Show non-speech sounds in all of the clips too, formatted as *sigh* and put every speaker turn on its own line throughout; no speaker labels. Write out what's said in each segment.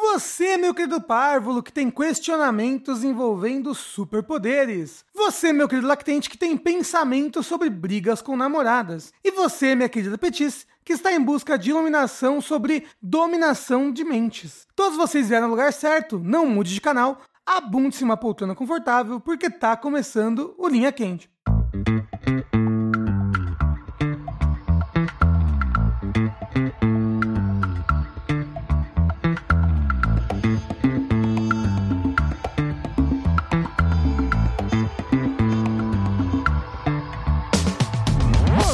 Você, meu querido párvulo, que tem questionamentos envolvendo superpoderes. Você, meu querido lactente, que tem pensamentos sobre brigas com namoradas. E você, minha querida Petis, que está em busca de iluminação sobre dominação de mentes. Todos vocês vieram no lugar certo, não mude de canal, abunde-se uma poltrona confortável, porque tá começando o Linha Quente.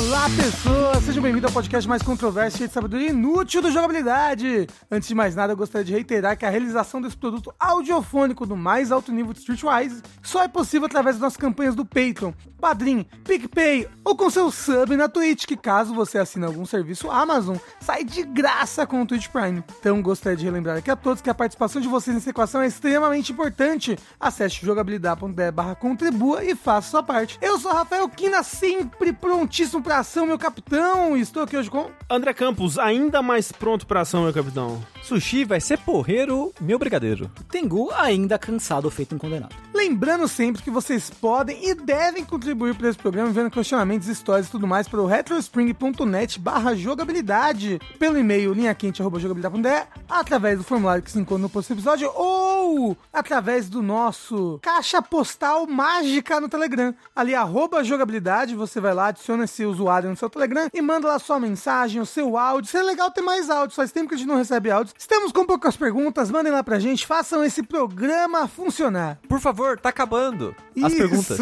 Olá, pessoas! Sejam bem-vindos ao podcast mais controverso cheio de sabedoria inútil do Jogabilidade! Antes de mais nada, eu gostaria de reiterar que a realização desse produto audiofônico do mais alto nível de Streetwise só é possível através das nossas campanhas do Patreon, Padrim, PicPay ou com seu sub na Twitch, que caso você assine algum serviço Amazon, sai de graça com o Twitch Prime. Então, gostaria de relembrar aqui a todos que a participação de vocês nessa equação é extremamente importante. Acesse jogabilidade.de barra contribua e faça sua parte. Eu sou Rafael Quina, sempre prontíssimo pra ação, meu capitão, e estou aqui hoje com...
André Campos, ainda mais pronto pra ação, meu capitão.
Sushi vai ser porreiro, meu brigadeiro.
Tengu ainda cansado feito um condenado.
Lembrando sempre que vocês podem e devem contribuir para esse programa enviando questionamentos, histórias e tudo mais para o retrospring.net barra jogabilidade, pelo e-mail linhaquente.jogabilidade.de, através do formulário que se encontra no post do episódio ou através do nosso caixa postal mágica no Telegram. Ali, arroba jogabilidade, você vai lá, adiciona esse usuário no seu Telegram e manda lá sua mensagem, o seu áudio. Seria legal ter mais áudios, faz tempo que a gente não recebe áudios. Estamos com poucas perguntas, mandem lá pra gente, façam esse programa funcionar.
Por favor, tá acabando as
Isso.
perguntas.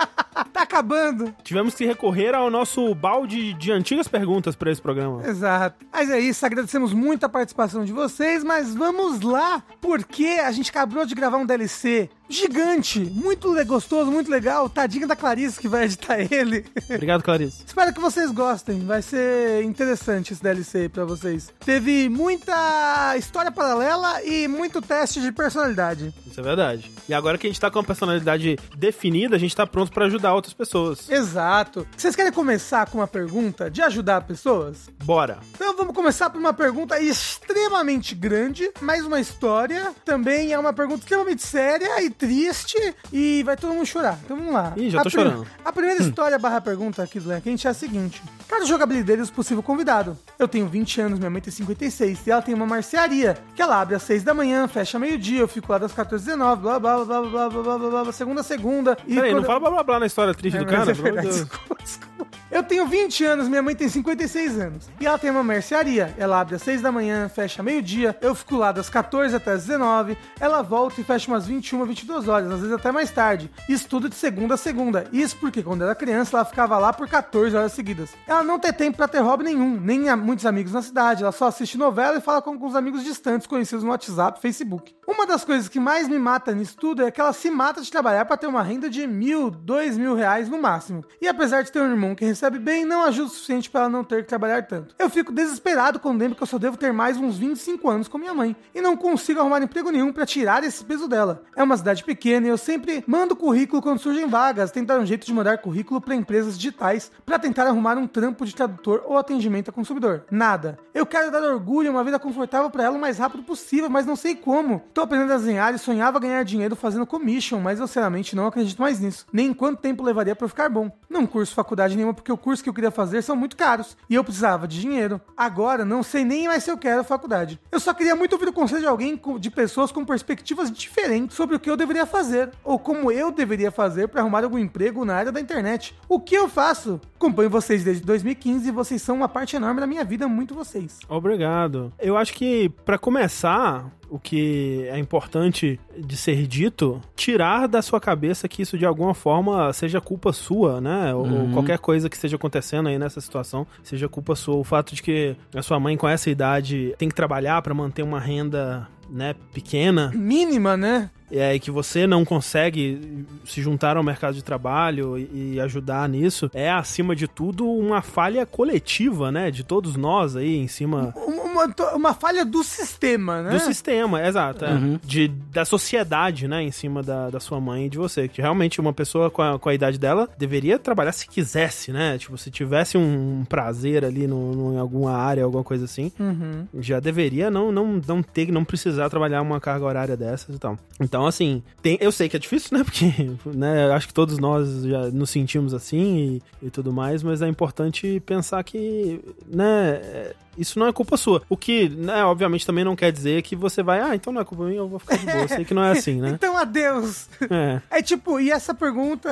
*laughs* tá acabando.
Tivemos que recorrer ao nosso balde de antigas perguntas pra
*laughs*
esse programa.
Exato. Mas é isso, agradecemos muito a participação de vocês, mas vamos lá, porque a gente acabou de gravar um DLC gigante, muito le- gostoso, muito legal, tadinho da Clarice que vai editar *laughs* ele.
Obrigado, Clarice.
Espero que vocês gostem, vai ser interessante esse DLC pra vocês. Teve muita história paralela e muito teste de personalidade.
Isso é verdade. E agora que a gente tá com uma personalidade definida, a gente tá pronto pra ajudar outras pessoas.
Exato. Vocês querem começar com uma pergunta de ajudar pessoas?
Bora.
Então vamos começar por uma pergunta extremamente grande, mais uma história. Também é uma pergunta extremamente séria e triste e vai todo mundo chorar. Então vamos lá.
Ih, já
A
tô
prim-
chorando. Hum.
A primeira história barra pergunta aqui do Lenha Quente é a seguinte. Cara, jogabilidade do possível convidado. Eu tenho 20 anos, minha mãe tem 56 e ela tem uma marcearia que ela abre às 6 da manhã, fecha meio-dia, eu fico lá das 14 às 19, blá blá blá blá blá blá blá, blá blá, segunda a segunda. E
Peraí, não
quando-
fala blá blá blá na história triste do
é, mas
cara,
é
pelo amor de
verdade,
Deus.
desculpa, desculpa. *laughs* Eu tenho 20 anos, minha mãe tem 56 anos. E ela tem uma mercearia. Ela abre às 6 da manhã, fecha meio-dia. Eu fico lá das 14 até as 19. Ela volta e fecha umas 21, 22 horas, às vezes até mais tarde. Isso tudo de segunda a segunda. Isso porque quando era criança, ela ficava lá por 14 horas seguidas. Ela não tem tempo pra ter hobby nenhum, nem há muitos amigos na cidade. Ela só assiste novela e fala com alguns amigos distantes conhecidos no WhatsApp, Facebook. Uma das coisas que mais me mata nisso tudo é que ela se mata de trabalhar pra ter uma renda de mil, dois mil reais no máximo. E apesar de ter um irmão que recebe bem, não ajuda o suficiente pra ela não ter que trabalhar tanto. Eu fico desesperado quando lembro que eu só devo ter mais uns 25 anos com minha mãe e não consigo arrumar emprego nenhum pra tirar esse peso dela. É uma cidade pequena e eu sempre mando currículo quando surgem vagas, tentar um jeito de mandar currículo pra empresas digitais pra tentar arrumar um trampo de tradutor ou atendimento a consumidor. Nada. Eu quero dar orgulho e uma vida confortável pra ela o mais rápido possível, mas não sei como. Tô aprendendo a desenhar e sonhava ganhar dinheiro fazendo commission, mas eu sinceramente não acredito mais nisso. Nem quanto tempo levaria pra eu ficar bom. Não curso faculdade nenhuma porque o curso que eu queria fazer são muito caros e eu precisava de dinheiro. Agora não sei nem mais se eu quero faculdade. Eu só queria muito ouvir o conselho de alguém com- de pessoas com perspectivas diferentes sobre o que eu deveria fazer ou como eu deveria fazer pra arrumar algum emprego na área da internet. O que eu faço? Acompanho vocês desde 2015 e vocês são uma parte enorme da minha vida, muito vocês.
Obrigado. Eu acho que, pra começar, o que é importante de ser dito, tirar da sua cabeça que isso de alguma forma seja culpa sua, né? Ou, ou qualquer coisa que esteja acontecendo aí nessa situação seja culpa sua. O fato de que a sua mãe, com essa idade, tem que trabalhar pra manter uma renda. Né, pequena,
Mínima, né?
é, e que você não consegue se juntar ao mercado de trabalho e, e ajudar nisso, é, acima de tudo, uma falha coletiva, né? De todos nós aí em cima
Um- Uma, to- uma falha do sistema, né?
do sistema, exato. é. De, da sociedade, né? Em cima da, da sua mãe e de você. Que realmente uma pessoa com a, com a idade dela deveria trabalhar se quisesse, né? Tipo, se tivesse um prazer ali no, no- em alguma área, alguma coisa assim,
Uhum.
já deveria não, não, não ter, não precisar trabalhar uma carga horária dessas e tal. Então, assim, tem, eu sei que é difícil, né? *laughs* Porque, né? eu Acho que todos nós já nos sentimos assim e, e tudo mais, mas é importante pensar que, né? é, Isso não é culpa sua. O que, né, obviamente, também não quer dizer que você vai, ah, então não é culpa minha, eu vou ficar de boa. Eu sei que não é
*laughs*
assim, né?
Então, adeus.
É.
É tipo, e essa pergunta,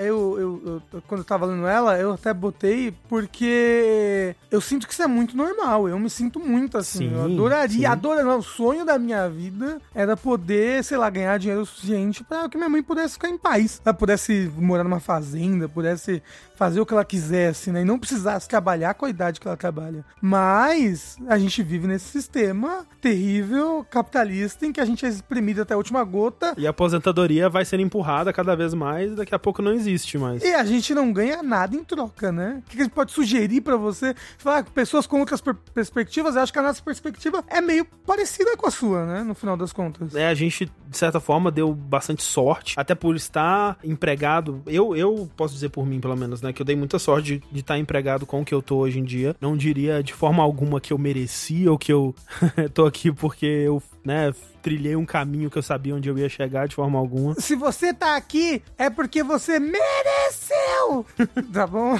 eu, eu- eu- quando eu tava lendo ela, eu até botei porque eu sinto que isso é muito normal. Eu me sinto muito assim.
Sim,
eu adoraria,
sim.
adoraria. não, O sonho da minha vida era poder, sei lá, ganhar dinheiro suficiente pra que minha mãe pudesse ficar em paz. Ela pudesse morar numa fazenda, pudesse fazer o que ela quisesse, né? E não precisasse trabalhar com a idade que ela trabalha. Mas a gente vive nesse sistema terrível, capitalista, em que a gente é exprimido até a última gota
E a aposentadoria vai sendo empurrada cada vez mais e daqui a pouco não existe mais.
E a gente não ganha nada em troca, né? O que que a gente pode sugerir pra você? Falar que pessoas com outras per- perspectivas, eu acho que a nossa perspectiva é meio parecida com a sua, né? No final das contas.
É, a gente, de certa forma, deu bastante sorte, até por estar empregado. Eu, eu posso dizer por mim, pelo menos, né? Que eu dei muita sorte de, de estar empregado com o que eu tô hoje em dia. Não diria de forma alguma que eu mereci ou que eu *laughs* tô aqui porque eu, né, trilhei um caminho que eu sabia onde eu ia chegar de forma alguma.
Se você tá aqui, é porque você mereceu! *laughs* tá bom?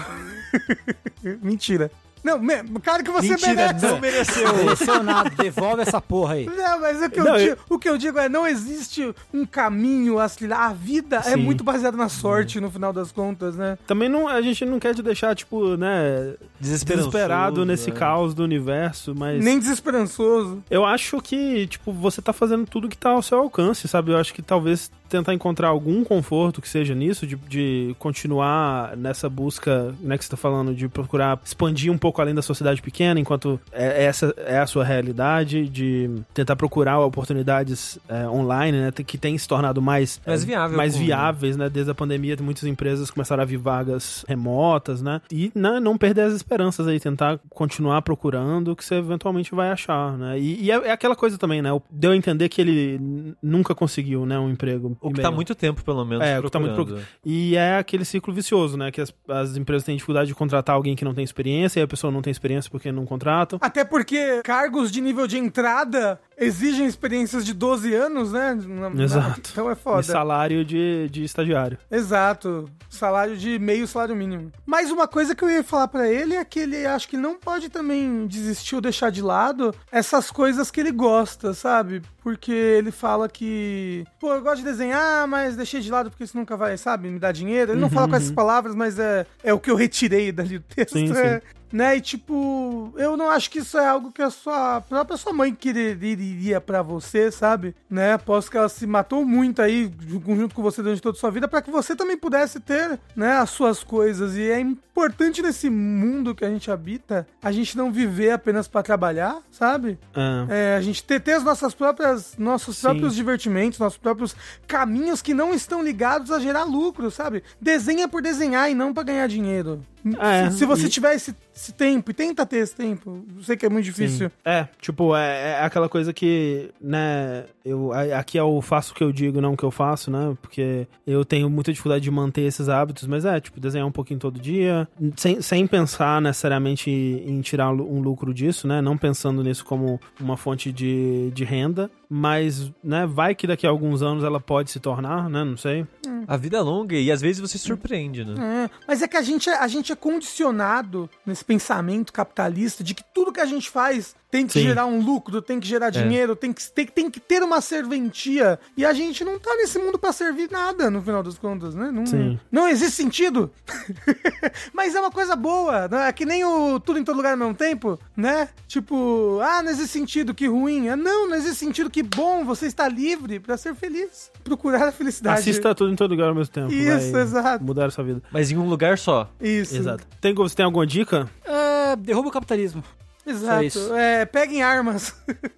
Mentira. Não, me- claro que você
Mentira,
merece.
não mereceu.
Mereceu nada, devolve essa porra aí.
Não, mas o que, eu
Não,
digo,
eu-
o que eu digo é, não existe um caminho a se A vida é
Sim. É.
muito baseada na sorte, no final das contas, né?
Também não, a gente não quer te deixar, tipo, né,
Desesperançoso,
desesperado nesse
é.
né?
caos do universo, mas.
Nem desesperançoso.
Eu acho que, tipo, você tá fazendo tudo que tá ao seu alcance, sabe? Eu acho que talvez tentar encontrar algum conforto que seja nisso, de, de continuar nessa busca, né, que você tá falando, de procurar expandir um pouco além da sua cidade pequena, enquanto é- essa é a sua realidade, de tentar procurar oportunidades é, online, né, que tem se tornado mais...
Mais
é,
viável
Mais
com-
viáveis, né? Desde a pandemia, muitas empresas começaram a vir vagas remotas, né? E né, não perder as esperanças aí, tentar continuar procurando, que você eventualmente vai achar, né? E, e é, é aquela coisa também, né? Deu a entender que ele n- nunca conseguiu, né? Um emprego.
O que
e-mail.
tá há muito tempo, pelo menos,
É, o que tá muito
procurando.
E é aquele ciclo vicioso, né? Que as, as empresas têm dificuldade de contratar alguém que não tem experiência, e a pessoa não tem experiência porque não contratam.
Até porque cargos de nível de entrada exigem experiências de 12 anos, né? Na- na-
Exato.
então é
E
foda.
salário de, de estagiário.
Exato. Salário de meio salário mínimo. Mas uma coisa que eu ia falar pra ele é que ele acho que não pode também desistir ou deixar de lado essas coisas que ele gosta, sabe? Porque ele fala que, pô, eu gosto de desenhar, mas deixei de lado porque isso nunca vai, sabe, me dar dinheiro. Ele não fala com essas palavras, mas é, é o que eu retirei dali do texto.
Uhum. Sim,
é- Né? E tipo, eu não acho que isso é algo que a sua a própria sua mãe quereria pra você, sabe? Né? Aposto que ela se matou muito aí ju- junto com você durante toda a sua vida pra que você também pudesse ter, né, as suas coisas. E é importante nesse mundo que a gente habita, a gente não viver apenas pra trabalhar, sabe?
É.
É, a gente ter, ter as nossas próprias, nossos
Sim.
próprios divertimentos, nossos próprios caminhos que não estão ligados a gerar lucro, sabe? Desenha por desenhar e não pra ganhar dinheiro.
É,
se, se você
e-
tiver esse, esse tempo, e tenta ter esse tempo, eu sei que é muito difícil.
É, tipo, é, é aquela coisa que, né, eu, a- aqui é o faço o que eu digo, não o que eu faço, né, porque eu tenho muita dificuldade de manter esses hábitos, mas é, tipo, desenhar um pouquinho todo dia, sem, sem pensar necessariamente em tirar lu- um lucro disso, né, não pensando nisso como uma fonte de, de renda, mas, né, vai que daqui a alguns anos ela pode se tornar, né, não sei.
A vida é longa e às vezes você se surpreende, né?
É, mas é que a gente, é- a gente é condicionado nesse pensamento capitalista de que tudo que a gente faz tem que
Sim. É.
gerar um lucro, tem que gerar dinheiro, tem, que, tem, tem que ter uma serventia. E a gente não tá nesse mundo pra servir nada, no final das contas, né? Não,
Sim.
não existe sentido. *laughs* mas é uma coisa boa, né? É que nem o tudo em todo lugar ao mesmo tempo, né? Tipo, ah, não existe sentido, que ruim. Ah, Não, não existe sentido, que bom, você está livre pra ser feliz. Procurar a felicidade.
Assista tudo em todo lugar ao mesmo tempo.
Isso,
vai
exato.
Mudar a sua vida.
Mas em um lugar só.
Isso.
Exato. Tem, você tem alguma dica?
É, derruba o capitalismo.
Exato.
isso.
É, peguem armas.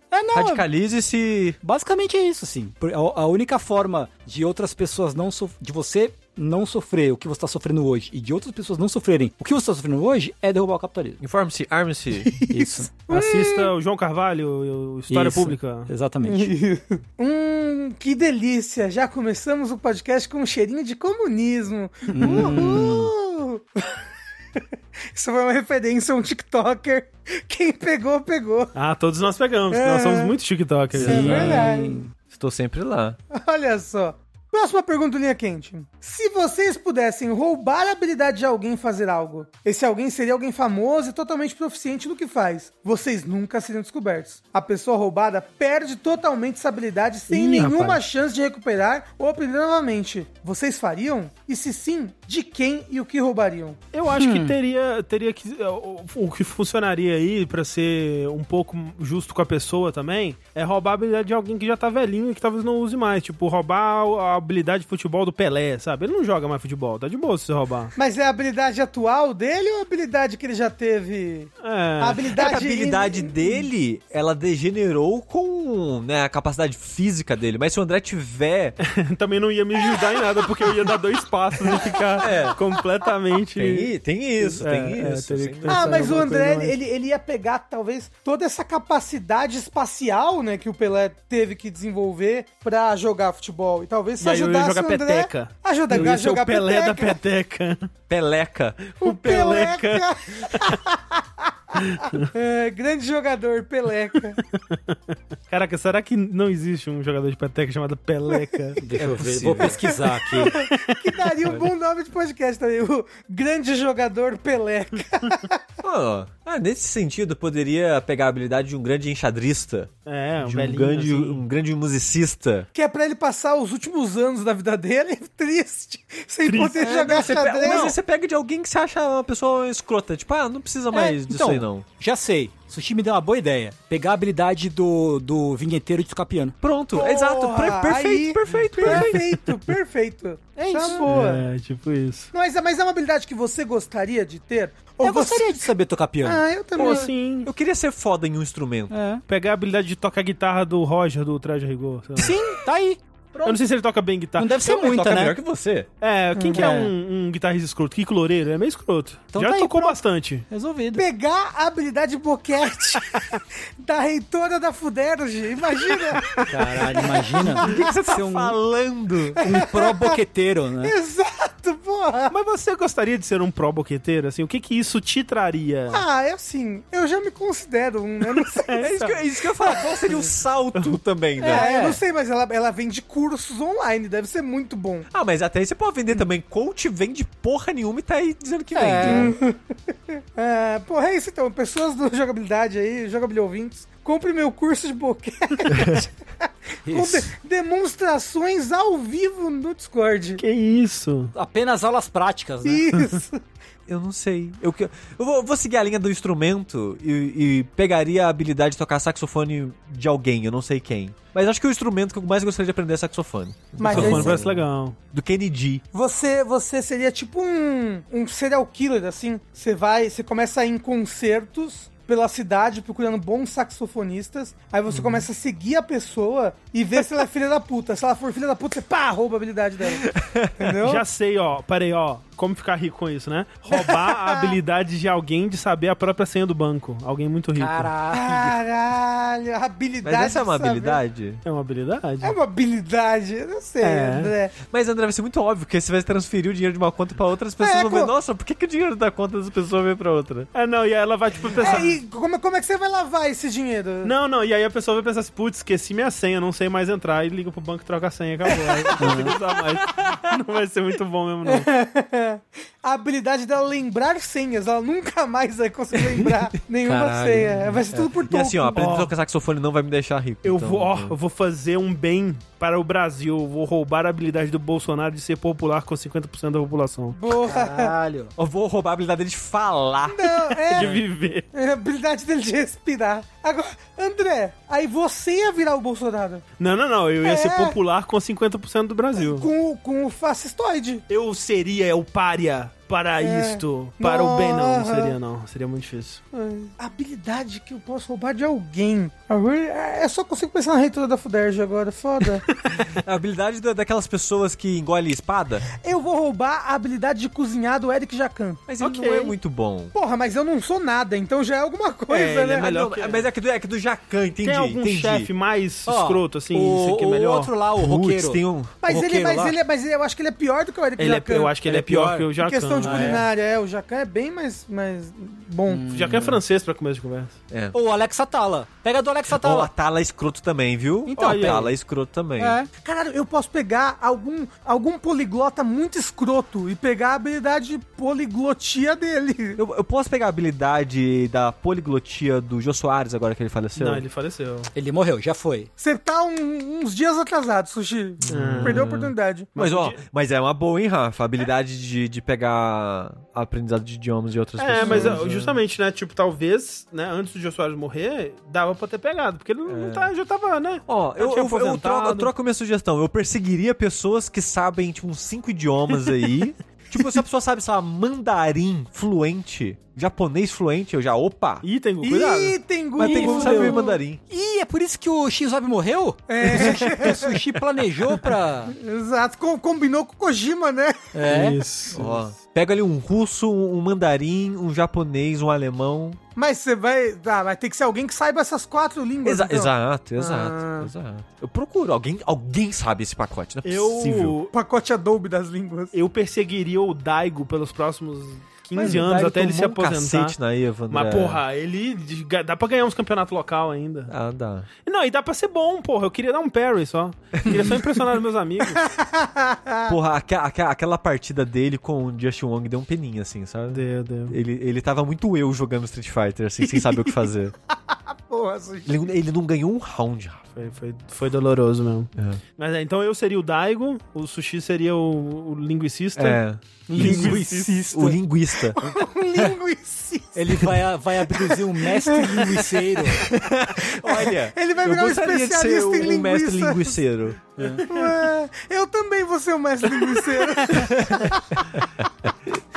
É, não, é-
Radicalize-se.
Basicamente é isso, assim. Por- A a única forma de outras pessoas não sof- de você não sofrer o que você está sofrendo hoje e de outras pessoas não sofrerem o que você está sofrendo hoje é derrubar o capitalismo.
Informe-se, *laughs* arme-se.
Isso.
Assista o João Carvalho, o História
Isso.
Pública.
Exatamente.
Hum, que delícia! Já começamos o podcast com um cheirinho de comunismo. Uhul! *laughs* Isso foi uma referência a um TikToker. Quem pegou, pegou.
Ah, todos nós pegamos, porque nós somos muito TikTokers.
Isso *laughs* é
né?
verdade.
Estou sempre lá.
*laughs* Olha só. Próxima pergunta, linha quente. Se vocês pudessem roubar a habilidade de alguém fazer algo, esse alguém seria alguém famoso e totalmente proficiente no que faz. Vocês nunca seriam descobertos. A pessoa roubada perde totalmente essa habilidade sem
Ih,
nenhuma
rapaz.
chance de recuperar ou aprender novamente. Vocês fariam? E se sim, de quem e o que roubariam?
Eu acho que teria, teria que. é, O o que funcionaria aí, pra ser um pouco justo com a pessoa também, é roubar a habilidade de alguém que já tá velhinho e que talvez não use mais. Tipo, roubar a habilidade de futebol do Pelé, sabe? Ele não joga mais futebol, tá de boa se você roubar.
Mas é a habilidade atual dele ou a habilidade que ele já teve? A
É.
habilidade,
A habilidade dele, ela degenerou com né, a capacidade física dele. Mas se o André
É
tiver
*laughs* Também não ia me ajudar em nada, porque eu ia dar dois passos e ficar completamente.
Tem, tem isso, tem
É, é,
isso.
teria
assim. sem
que
dúvida.
pensar
Ah,
em
mas o
alguma coisa
André,
mais.
ele, ele ia pegar talvez toda essa capacidade espacial, né, que o Pelé teve que desenvolver pra jogar futebol. E talvez se
E aí eu ia
ajudasse
jogar
o André
peteca.
ajuda
Eu ia
a
ser
jogar
o Pelé
peteca.
da peteca.
Peleca.
O Peleca.
Peleca.
*laughs* É, grande jogador, Peleca.
Caraca, será que não existe um jogador de peteca chamado Peleca?
Deixa
É
eu ver.
possível.
Vou pesquisar aqui.
Que daria um bom nome de podcast também. O grande jogador Peleca.
Ó, ah, nesse sentido, poderia pegar a habilidade de um grande enxadrista,
É, um
de um
velhinho,
grande,
assim.
um grande musicista.
Que é pra ele passar os últimos anos da vida dele *laughs* triste, sem
Triste. É,
poder jogar
Você pe-
xadrez.
mas você pega de alguém que você acha uma pessoa escrota. Tipo, ah, não precisa mais disso aí, não.
É, então, já sei. Sushi me deu uma boa ideia. Pegar a habilidade do, do vinheteiro Tucapiano.
Pronto,
Porra,
exato. pre- perfeito,
aí-
perfeito, perfeito. *laughs*
Perfeito, perfeito. É isso. Tá boa.
É, tipo isso.
Mas, mas é uma habilidade que você gostaria de ter? Ou
Eu
você-
gostaria de saber tocar piano.
Ah, eu também.
Ou assim,
Eu queria ser foda em um instrumento.
É.
pegar a habilidade de tocar guitarra do Roger, do Traje a Rigor. sei lá.
Sim, tá aí.
Eu não sei se ele toca bem guitarra.
Não deve ser
Então, ele
muita,
toca
né?
melhor que você.
É, quem que é,
É.
um, um guitarrista escroto? Que cloreiro, é meio escroto.
Então
Já
tá aí,
tocou
pronto.
bastante.
Resolvido.
Pegar a habilidade boquete *laughs* da reitora da Fuderge. *laughs* Imagina!
Caralho, imagina.
*laughs* O que, você tá
Ser um-
falando?
Um pró-boqueteiro, né?
Exato, porra!
Mas você gostaria de ser um pró-boqueteiro, assim? O que que isso te traria?
Ah, é assim, eu já me considero um, né? Eu Não
*laughs*
sei.
É isso que, eu- é isso que eu ia falar. Qual seria o salto também, né?
É, eu não sei, mas ela, ela vende cursos online, deve ser muito bom.
Ah, mas até aí você pode vender também. Coach vende porra nenhuma e tá aí dizendo que
É.
vende.
É, porra, é isso então, pessoas do *laughs* jogabilidade aí, jogabilidade ouvintes, compre meu curso de
*laughs*
boquete com
Isso.
de- demonstrações ao vivo no Discord.
Que isso?
Apenas aulas práticas, né?
Isso!
Eu não sei. Eu, que- eu vou, vou seguir a linha do instrumento e, e pegaria a habilidade de tocar saxofone de alguém, eu não sei quem. Mas acho que o instrumento que eu mais gostaria de aprender é saxofone.
Mas
Saxofone
aí,
pra-
parece legal.
Do Kennedy.
Você, você seria tipo um, um serial killer, assim. Você vai, você começa a ir em concertos pela cidade procurando bons saxofonistas. Aí você
Uhum.
começa a seguir a pessoa e ver se ela é filha da puta. Se ela for filha da puta, você pá, rouba a habilidade dela.
*laughs*
Entendeu?
Já sei, ó. Parei, ó. Como ficar rico com isso, né? Roubar a habilidade de alguém de saber a própria senha do banco. Alguém muito rico.
Caralho.
Caralho, a
Mas
habilidade.
essa é uma
de saber-
habilidade.
É uma habilidade.
É uma habilidade, eu não sei,
É.
André.
Mas, André, vai ser muito óbvio que você vai transferir o dinheiro de uma conta pra outra, as pessoas
É,
vão ver,
co-
nossa, por que, que o dinheiro da conta dessa pessoa veio pra outra?
É, não, e aí ela vai, tipo, pensar...
É, e como, como é que você vai lavar esse dinheiro?
Não, não, e aí a pessoa vai pensar assim, putz, esqueci minha senha, não sei mais entrar, e liga pro banco e troca a senha, acabou. Aí não consigo usar mais. *laughs* Não vai ser muito bom mesmo, não.
a habilidade dela é lembrar senhas. Ela nunca mais vai conseguir
*laughs*
lembrar nenhuma
Caralho.
senha. Vai ser tudo por
E
token.
assim, ó, aprender
Ó.
a tocar saxofone não vai me deixar rico.
Eu
então-
vou, ó, eu vou fazer um bem para o Brasil, eu vou roubar a habilidade do Bolsonaro de ser popular com 50% da população.
Boa.
Ah.
Caralho.
Eu vou roubar a habilidade dele de falar.
Não,
*laughs*
é,
De viver.
é a habilidade dele de respirar. Agora, André, aí você ia virar o Bolsonaro
Não, não, não, eu ia ser
É.
popular com 50% do Brasil.
com, o- com o fascistoide.
Eu seria o pária para
É.
isto, para o bem, não, não
Nossa.
seria não, seria muito difícil.
A habilidade que eu posso roubar de alguém. Agora, É é só consigo pensar na reitora da Fuderj agora,
*laughs*
foda.
É A habilidade da- daquelas pessoas que engolem espada,
eu vou roubar a habilidade de cozinhar do Eric Jacan.
mas ele
Ok.
não é muito bom.
Porra, mas eu não sou nada, então já é alguma coisa,
É, ele
né?
é melhor
Ah, não,
que-
Mas é que do, é que do Jacan, entendi.
Tem algum
entendi.
chefe mais
Ó,
escroto, assim,
o,
isso aqui é
o
melhor?
outro lá, o
Putz,
roqueiro.
tem um
Mas ele, é
roqueiro
mas,
lá.
ele, mas ele- eu acho que ele é pior do que o Eric
Ele é-
Jacan.
eu acho que ele é
Ele é
pior
pior.
que o
Em
Jacan.
questão de
ah,
culinária, é. o Jacan é bem mais, mais bom.
é. Jacan é francês pra começo de conversa.
É.
Ou o Alex Atala. Pega do Alex
Ó,
Atala.
Atala é escroto também, viu?
Então,
Ó,
pega.
Atala é escroto também.
É.
Caralho, eu posso pegar algum, algum poliglota muito escroto e pegar a habilidade poliglotia dele. *laughs*
Eu, eu posso pegar a habilidade da poliglotia do Jô Soares agora que ele faleceu?
Não, ele faleceu.
Ele morreu, já foi.
Você tá um- uns dias atrasado, Sushi.
Ah,
Ah.
Perdeu a oportunidade.
Mas, ó, mas é uma boa, hein, Rafa? A habilidade de, de pegar aprendizado de idiomas de outras
É,
pessoas.
mas
né?
ó, justamente, né, tipo, talvez, né, antes do Jô Soares morrer, dava pra ter pegado, porque ele
É.
não tá, já tava, né?
Ó,
Já
eu,
tinha
eu, eu troco,
aposentado.
eu troco minha sugestão. Eu perseguiria pessoas que sabem, tipo, uns cinco idiomas aí.
*laughs*
tipo, se a pessoa sabe, sei lá, mandarim fluente, japonês fluente, eu já, opa.
Ih, tem cuidado.
Ih, tem
Mas tem
Google.
que saber mandarim.
Ih, é por isso que o Shinzob morreu?
É.
O Sushi- o Sushi planejou pra...
É, Exato, com- combinou com o Kojima, né?
É.
Isso.
Ó, pega ali um russo, um um mandarim, um japonês, um alemão.
Mas você vai. Ah, vai ter que ser alguém que saiba essas quatro línguas.
Exa-
então.
Exato, exato,
Ah.
exato. Eu procuro, alguém, alguém sabe esse pacote, não é possível.
Eu,
O pacote Adobe das línguas.
eu perseguiria o Daigo pelos próximos 15
Mas o
anos,
Daigo
até ele se
tomou um
aposentar.
cacete na Eva,
Mas,
André.
porra, ele dá pra ganhar uns campeonatos local ainda.
Ah, dá.
Não, e dá pra ser bom, porra. Eu queria dar um parry só. Eu queria só impressionar os meus
*laughs*
amigos.
Porra, aqua- aqua- aquela partida dele com o Justin Wong deu um peninha, assim, sabe?
Deu, deu.
Ele, ele tava muito eu jogando Street Fighter, assim, sem saber o que fazer.
Porra, sushi.
Ele, ele não ganhou um round, Rafa.
Foi, foi, foi doloroso mesmo.
É.
Mas é, então eu seria o Daigo, o Sushi seria o, o linguicista.
É. Linguicista.
*laughs*
O linguista.
*laughs* Um linguicista.
Ele vai, vai abduzir um
*laughs*
mestre linguiceiro.
Olha,
Ele vai
eu
virar um
gostaria de ser
especialista em
um mestre
linguiça.
linguiceiro.
Ué, Eu também vou ser o mestre linguiceiro.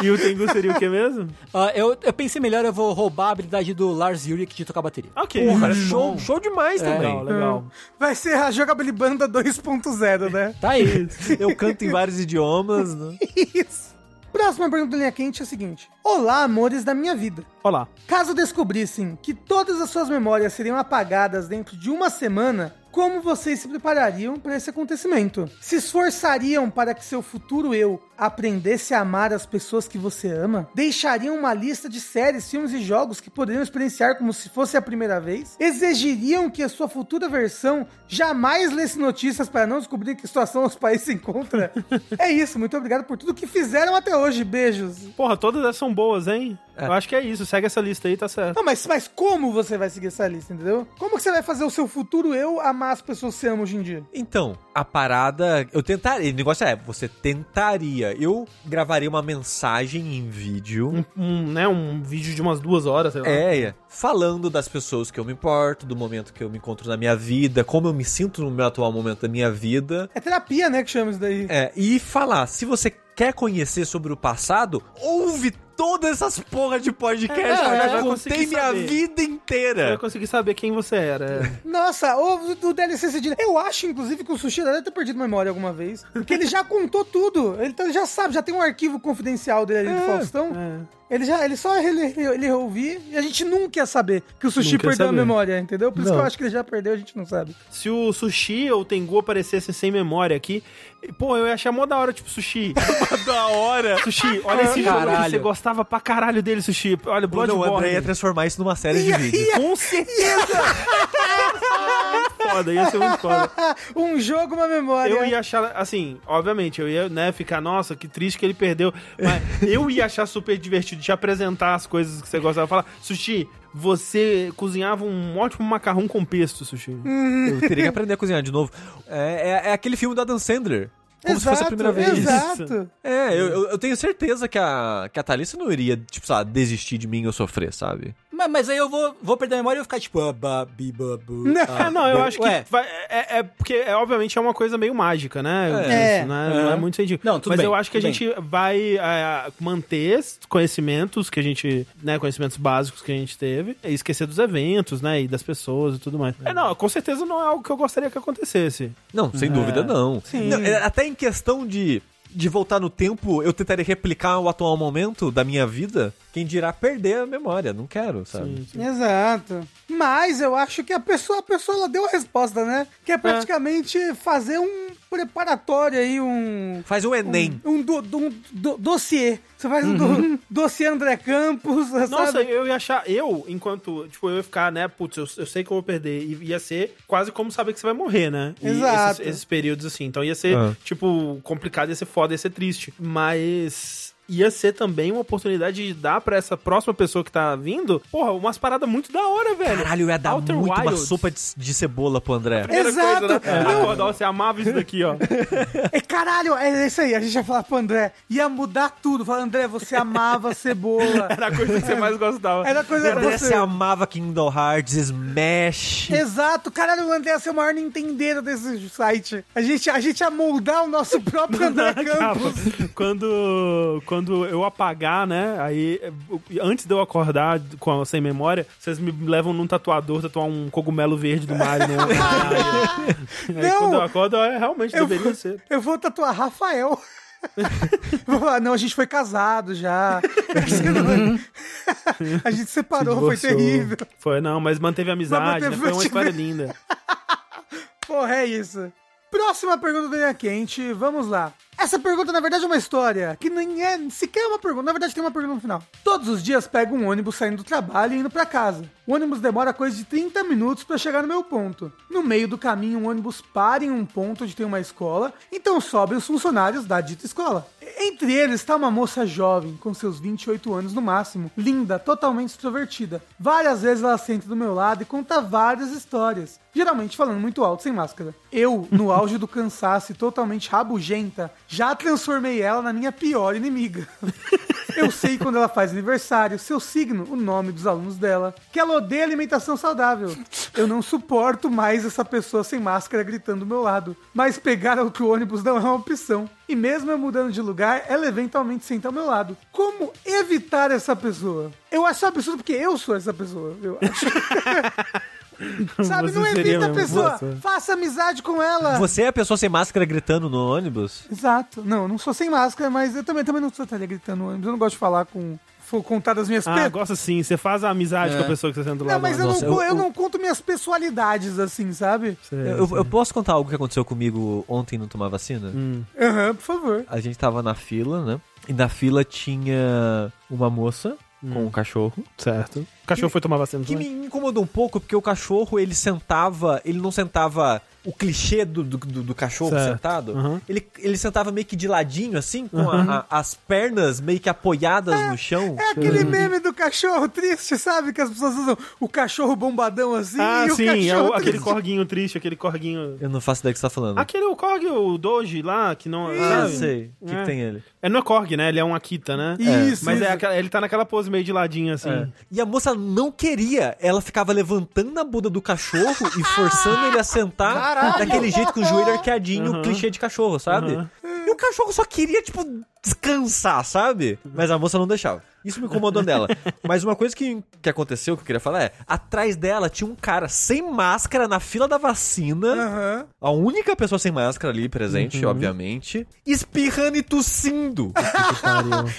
E o Tengu seria o que mesmo?
Ah, eu, eu pensei melhor, eu vou roubar a habilidade do Lars Ulrich de tocar bateria.
*laughs* Ok. parece bom. É.
show demais
Legal, legal.
Vai ser a jogabilibanda 2.0, né?
Tá aí.
Eu canto em vários idiomas, né?
Isso. Próxima pergunta da linha quente é a seguinte: Olá, amores da minha vida.
Olha lá.
Caso descobrissem que todas as suas memórias seriam apagadas dentro de uma semana, como vocês se preparariam para esse acontecimento? Se esforçariam para que seu futuro eu aprendesse a amar as pessoas que você ama? Deixariam uma lista de séries, filmes e jogos que poderiam experienciar como se fosse a primeira vez? Exigiriam que a sua futura versão jamais lesse notícias para não descobrir em que situação os países se encontram? é isso, muito obrigado por tudo que fizeram até hoje. Beijos.
Porra, todas essas são boas, hein? Eu acho que é isso. Segue essa lista aí, tá certo.
Não, mas, mas como você vai seguir essa lista, entendeu? Como que você vai fazer o seu futuro eu amar as pessoas que você ama hoje em dia?
Então, a parada. Eu tentaria. O negócio é, você tentaria. Eu gravaria uma mensagem em vídeo.
um, um, né, um vídeo de umas duas horas, sei lá.
É, é. falando das pessoas que eu me importo, do momento que eu me encontro na minha vida, como eu me sinto no meu atual momento da minha vida.
É terapia, né, que chama isso daí.
É, e falar, se você quer conhecer sobre o passado, ouve todas essas porra de podcast.
É,
eu
é,
já
vai
contei
conseguir
minha
saber.
vida
Eu
inteira.
consegui saber quem você era.
*laughs*
é.
Nossa, ou do DLC Cedilha. Eu acho, inclusive, que o Sushi deve ter perdido memória alguma vez. Porque ele já contou tudo. Ele tá- já sabe, já tem um arquivo confidencial dele ali do Faustão.
É.
Ele já, ele só ele, ele, ele ouvir e a gente nunca ia saber que o Sushi
Nunca ia
perdeu a
saber.
memória, entendeu? Por isso que
Não.
eu acho que ele já perdeu, a gente não sabe.
Se o Sushi ou o Tengu aparecessem sem memória aqui, pô, eu ia achar mó da hora, tipo, Sushi.
*laughs* da hora.
sushi,
*laughs*
olha esse jogo que
Caralho.
você gostava pra caralho dele, Sushi. Olha,
Não, o André ia
Bloodborne.
transformar isso numa série de vídeos.
*laughs* Com certeza! foda, ia ser Ah, muito *laughs* foda.
*laughs* um jogo, uma memória.
Eu ia achar, assim, obviamente, eu ia, né, ficar, nossa, que triste que ele perdeu. Mas eu ia achar super divertido te apresentar as coisas que você gostava. Falar, Sushi, você cozinhava um ótimo macarrão com pesto, Sushi.
Eu teria que aprender a cozinhar de novo. É, é- é aquele filme do Adam Sandler. Como se fosse a primeira vez.
Exato.
É, eu, eu- eu tenho certeza que a, que a Thalissa não iria, tipo, sei lá, desistir de mim ou sofrer, sabe?
Mas, mas aí eu vou, vou perder a memória e vou ficar tipo. ah, ba, bi, ba, bu,
Não,
ah,
É, *laughs* não, eu
bu.
acho que
Ué,
vai- é, é porque é, obviamente é uma coisa meio mágica, né?
É.
Isso, né? Não é
É.
muito sentido.
Não, tudo
Mas
bem,
eu acho que a
tudo bem.
gente vai é, manter esses conhecimentos que a gente, né, conhecimentos básicos que a gente teve, e esquecer dos eventos, né, e das pessoas e tudo mais. É, não, com certeza não é algo que eu gostaria que acontecesse.
Não, sem dúvida não.
Sim.
Não, é, até em questão de, de voltar no tempo, eu tentaria replicar o atual momento da minha vida. Quem dirá perder a memória, não quero, sabe?
Exato. Mas eu acho que a pessoa, a pessoa ela deu a resposta, né? Que é praticamente fazer um preparatório aí, um.
Faz o Enem.
Um, do, do- um do- dossiê. Você faz um, do, *laughs* dossiê André Campos, *laughs*
Nossa,
sabe?
eu ia achar, eu, enquanto, tipo, eu ia ficar, né, putz, eu, eu sei que eu vou perder, e ia ser quase como saber que você vai morrer, né? E
Exato.
Esses, esses períodos assim. Então ia ser,
Ah.
tipo, complicado, ia ser foda, ia ser triste. Mas ia ser também uma oportunidade de dar pra essa próxima pessoa que tá vindo, porra, umas paradas muito da hora, velho.
Caralho, eu ia dar
Um Outer
muito uma
Wilds.
sopa de, de cebola pro André.
Primeira
Exato.
Coisa, né?
Não.
Acordar, você amava isso daqui, ó.
É, caralho, é isso aí. A gente ia falar pro André. Ia mudar tudo. Falar, André, você amava cebola.
Era a coisa que você
*laughs*
mais gostava.
Era coisa
André,
você. é
você é um amava Kingdom Hearts, Smash.
Exato, caralho, o André é o maior nintendeiro desse site. A gente, a gente ia moldar o nosso próprio André Campos.
é quando, quando eu apagar, né? Aí, antes de eu acordar com, sem memória, vocês me levam num tatuador tatuar um cogumelo verde do Mario.
*laughs*
Né? Aí, quando eu acordo, é, realmente
Eu
deveria
vou-
ser.
Eu vou tatuar Rafael. *laughs* Vou falar, não, a gente foi casado já. *laughs* a gente separou, foi
divorciou.
terrível.
Foi, não, mas manteve a amizade,
manteve-
né? Foi uma
*laughs*
história linda.
Porra, é isso. Próxima pergunta do Linha Quente, vamos lá. Essa pergunta, na verdade, é uma história, que nem é sequer uma pergunta, na verdade tem uma pergunta no final. Todos os dias pego um ônibus saindo do trabalho e indo pra casa. O ônibus demora coisa de 30 minutos pra chegar no meu ponto. No meio do caminho, um ônibus para em um ponto onde tem uma escola, então sobem os funcionários da dita escola. Entre eles está uma moça jovem, com seus 28 anos no máximo, linda, totalmente extrovertida. Várias vezes ela senta do meu lado e conta várias histórias, geralmente falando muito alto sem máscara. Eu, no auge do cansaço e totalmente rabugenta, já transformei ela na minha pior inimiga. Eu sei quando ela faz aniversário, seu signo, o nome dos alunos dela, que ela odeia alimentação saudável. Eu não suporto mais essa pessoa sem máscara gritando do meu lado. Mas pegar outro ônibus não é uma opção. E mesmo eu mudando de lugar, ela eventualmente senta ao meu lado. Como evitar essa pessoa? Eu acho um absurdo porque eu sou essa pessoa. Eu acho. *laughs* Sabe,
Você
não
seria
evita a
mesmo,
pessoa.
você.
Faça amizade com ela.
Você é a pessoa sem máscara gritando no ônibus?
Exato. Não, eu não sou sem máscara, mas eu também, também não sou até gritando no ônibus. Eu não gosto de falar com. for Contar das minhas
Ah,
pe-
gosta sim, você faz a amizade
É.
com a pessoa que você senta do lado.
Não, mas eu,
Nossa,
não, eu,
eu-
não conto minhas pessoalidades, assim, sabe?
Sei,
Eu, eu- eu posso contar algo que aconteceu comigo ontem no Tomar Vacina?
Aham, por favor.
A gente tava na fila, né? E na fila tinha uma moça com um cachorro.
Certo. O cachorro foi tomar vacina. né?
Que
também?
me incomodou um pouco, porque o cachorro, ele sentava... Ele não sentava o clichê do, do, do- do cachorro
Certo.
sentado.
Aham.
Ele, ele sentava meio que de ladinho, assim, com a- a- as pernas meio que apoiadas no chão.
É aquele meme do cachorro triste, sabe? Que as pessoas usam o cachorro bombadão assim
Ah,
e o
sim, é
cachorro
o- aquele
triste.
corguinho triste, aquele corguinho.
Eu não faço ideia do que você tá
Uhum.
falando.
Aquele o Korg, o Doji lá, que não.
Ah,
sabe?
sei. O que, que
É.
tem ele?
É, não é Korg, né? Ele é um Akita, né?
Isso,
Mas é
isso.
aquela- ele tá naquela pose meio de ladinho, assim.
É. E a moça não queria. Ela ficava levantando a bunda do cachorro e forçando ele a sentar daquele jeito com o joelho arqueadinho,
Aham.
clichê de cachorro, sabe?
Aham.
E o cachorro só queria, tipo, descansar, sabe? Mas a moça não deixava. Isso me incomodou nela. Mas uma coisa que, que aconteceu, que eu queria falar é: atrás dela tinha um cara sem máscara na fila da vacina.
Aham.
A única pessoa sem máscara ali presente,
Uhum.
obviamente. Espirrando e tossindo.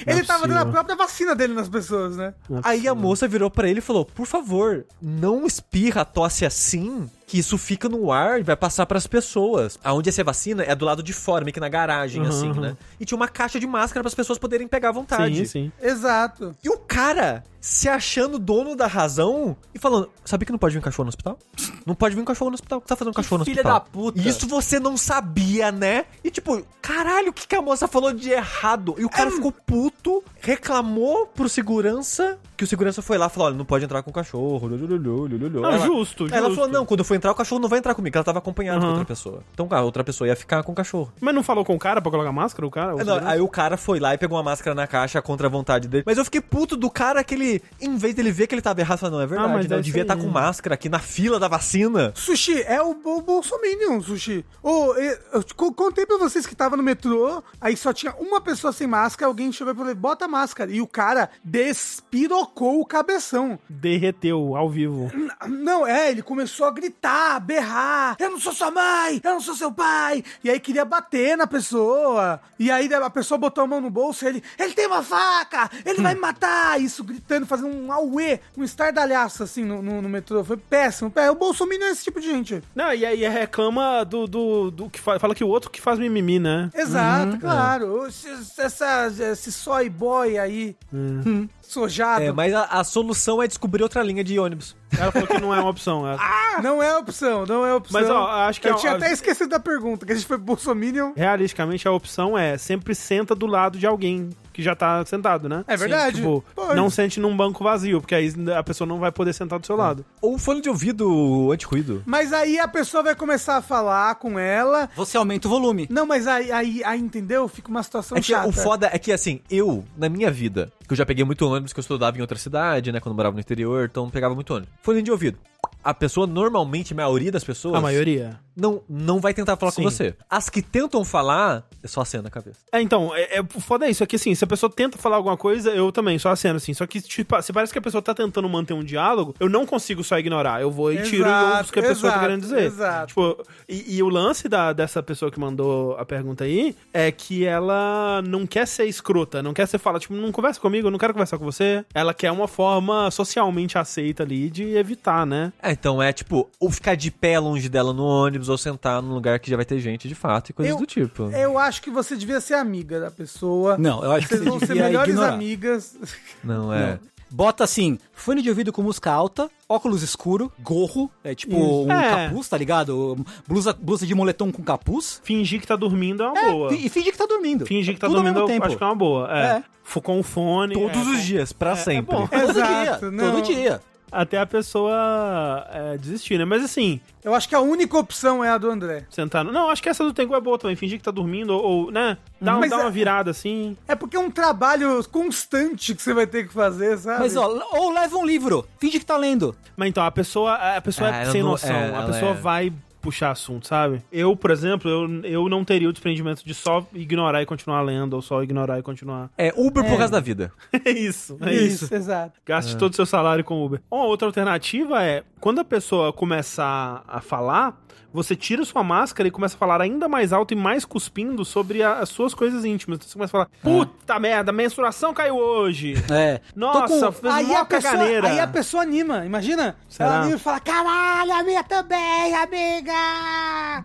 é
Ele tava dando a própria vacina dele nas pessoas, né?
Um
Aí a moça virou pra ele e falou: Por favor, não espirra, tosse assim, que isso fica no ar e vai passar pras pessoas. Aonde ia ser vacina é do lado de fora, meio que na garagem, assim, né? E tinha uma caixa de máscara pras pessoas poderem pegar à vontade.
Sim, sim.
Exato.
E o cara se achando dono da razão e falando: Sabia que não pode vir um cachorro no hospital? Não pode vir um cachorro no hospital. O que você tá fazendo um cachorro no
filha
hospital?
da puta.
Isso você não sabia, né? E tipo, caralho, o que, que a moça falou de errado? E o cara ficou puto, reclamou pro segurança, que o segurança foi lá e falou, olha, não pode entrar com o cachorro. lulululu, lulululu.
Não,
Ela-
justo,
Ela
justo.
falou, não, quando eu for entrar, o cachorro não vai entrar comigo, ela tava acompanhada com
Aham.
outra pessoa. Então a outra pessoa ia ficar com o cachorro.
Mas não falou com o cara pra colocar máscara, o cara? O
É, não,
segurança?
aí o cara foi lá e pegou uma máscara na caixa contra a vontade dele. Mas eu fiquei puto do cara que ele, em vez dele ver que ele tava errado, falou, não, é verdade,
Ah, mas
né, eu
deve
devia
ser
estar
isso.
com máscara aqui na fila da vacina.
Sushi, é o, o Bolsominion, Sushi. Ô, e- eu te co- contei pra vocês que tava no metrô, aí só tinha uma pessoa sem máscara, alguém chegou e falou, bota a máscara. E o cara despirocou o cabeção.
Derreteu ao vivo.
Não, é, ele começou a gritar, a berrar. Eu não sou sua mãe, eu não sou seu pai. E aí queria bater na pessoa. E aí a pessoa botou a mão no bolso e ele, ele tem uma faca, ele vai me matar. Isso gritando, fazendo um auê, um estardalhaço assim no, no- no metrô. Foi péssimo. É, o Bolsonaro é esse tipo de gente.
Não, e aí reclama do, do, do que fa- fala, que o outro que faz mimimi, né?
Exato, claro. Esse, essa, esse soy boy aí, hum, *laughs* sojado.
É, mas a, a solução é descobrir outra linha de ônibus.
Ela falou que não é uma opção. ela-
Não é opção, não é opção.
Mas, ó, acho que
Eu
é-
tinha
a-
até esquecido da pergunta, que a gente foi Bolsominion.
*laughs* Realisticamente, a opção é sempre senta do lado de alguém que já tá sentado, né?
É verdade.
Tipo,
Pois.
não sente num banco vazio, porque aí a pessoa não vai poder sentar do seu lado.
Ou um fone de ouvido anti-ruído.
Mas aí a pessoa vai começar a falar com ela.
Você aumenta o volume.
Não, mas aí, aí, aí entendeu? Fica uma situação
É que
chata.
o foda é que, assim, eu, na minha vida, que eu já peguei muito ônibus, que eu estudava em outra cidade, né, quando eu morava no interior, então pegava muito ônibus. Fone de ouvido. A pessoa, normalmente, a maioria das pessoas,
A maioria.
Não, não vai tentar falar
Sim.
com você. As que tentam falar, é só acena a cabeça.
É, então, é, é- o foda é isso, é que assim, se a pessoa tenta falar alguma coisa, eu também, só aceno assim. Só que, tipo, se parece que a pessoa tá tentando manter um diálogo, eu não consigo só ignorar. Eu vou e tiro e
Exato,
ouço o que a pessoa
exato,
tá querendo dizer.
exato.
Tipo, e, e o lance da, dessa pessoa que mandou a pergunta aí é que ela não quer ser escrota, não quer ser fala, tipo, não conversa comigo, eu não quero conversar com você. Ela quer uma forma socialmente aceita ali de evitar, né?
É, então é tipo, ou ficar de pé longe dela no ônibus, ou sentar num lugar que já vai ter gente de fato e coisas
Eu-
do tipo.
Eu acho que você devia ser amiga da pessoa.
Não, eu acho que
Vocês
você
vão ser
devia
melhores
ignorar.
amigas.
Não é.
Bota assim, fone de ouvido com música alta, óculos escuro, gorro, é tipo um
É.
capuz, tá ligado? Blusa, blusa de moletom com capuz.
Fingir que tá dormindo é uma
É,
boa.
fi- e finge que tá dormindo.
Fingir que tá
Tudo ao
dormindo,
mesmo
eu
tempo.
acho que é uma boa. É.
É.
Fu- Com o fone.
Todos
é,
os dias, pra sempre.
bom.
Todo
Exato,
dia,
não.
todo dia.
até a pessoa é, desistir, né? Mas assim,
Eu acho que a única opção é a do André.
sentar. no- Não, acho que essa do Tengu é boa também. Fingir que tá dormindo, ou, ou, né? Dá, um-
Mas
dá
é-
uma virada assim.
É porque é um trabalho constante que você vai ter que fazer, sabe?
Mas ó, ou leva um livro, finge que tá lendo.
Mas então, a pessoa, a pessoa
Ah,
é
ela
sem
não-
noção.
é,
a
ela
pessoa
é.
vai puxar assunto, sabe? Eu, por exemplo, eu, eu não teria o desprendimento de só ignorar e continuar lendo, ou só ignorar e continuar.
É Uber por causa da vida.
É isso, é isso.
isso. exato.
Gaste todo o seu salário com Uber. Uma outra alternativa é, quando a pessoa começar a falar, você tira sua máscara e começa a falar ainda mais alto e mais cuspindo sobre a- as suas coisas íntimas. Então você começa a falar,
É.
puta merda, menstruação caiu hoje.
É.
Nossa, fez
Aí
mó
a, pessoa,
caganeira.
aí a pessoa anima, imagina?
Será?
Ela anima e fala: caralho, a minha também, amiga!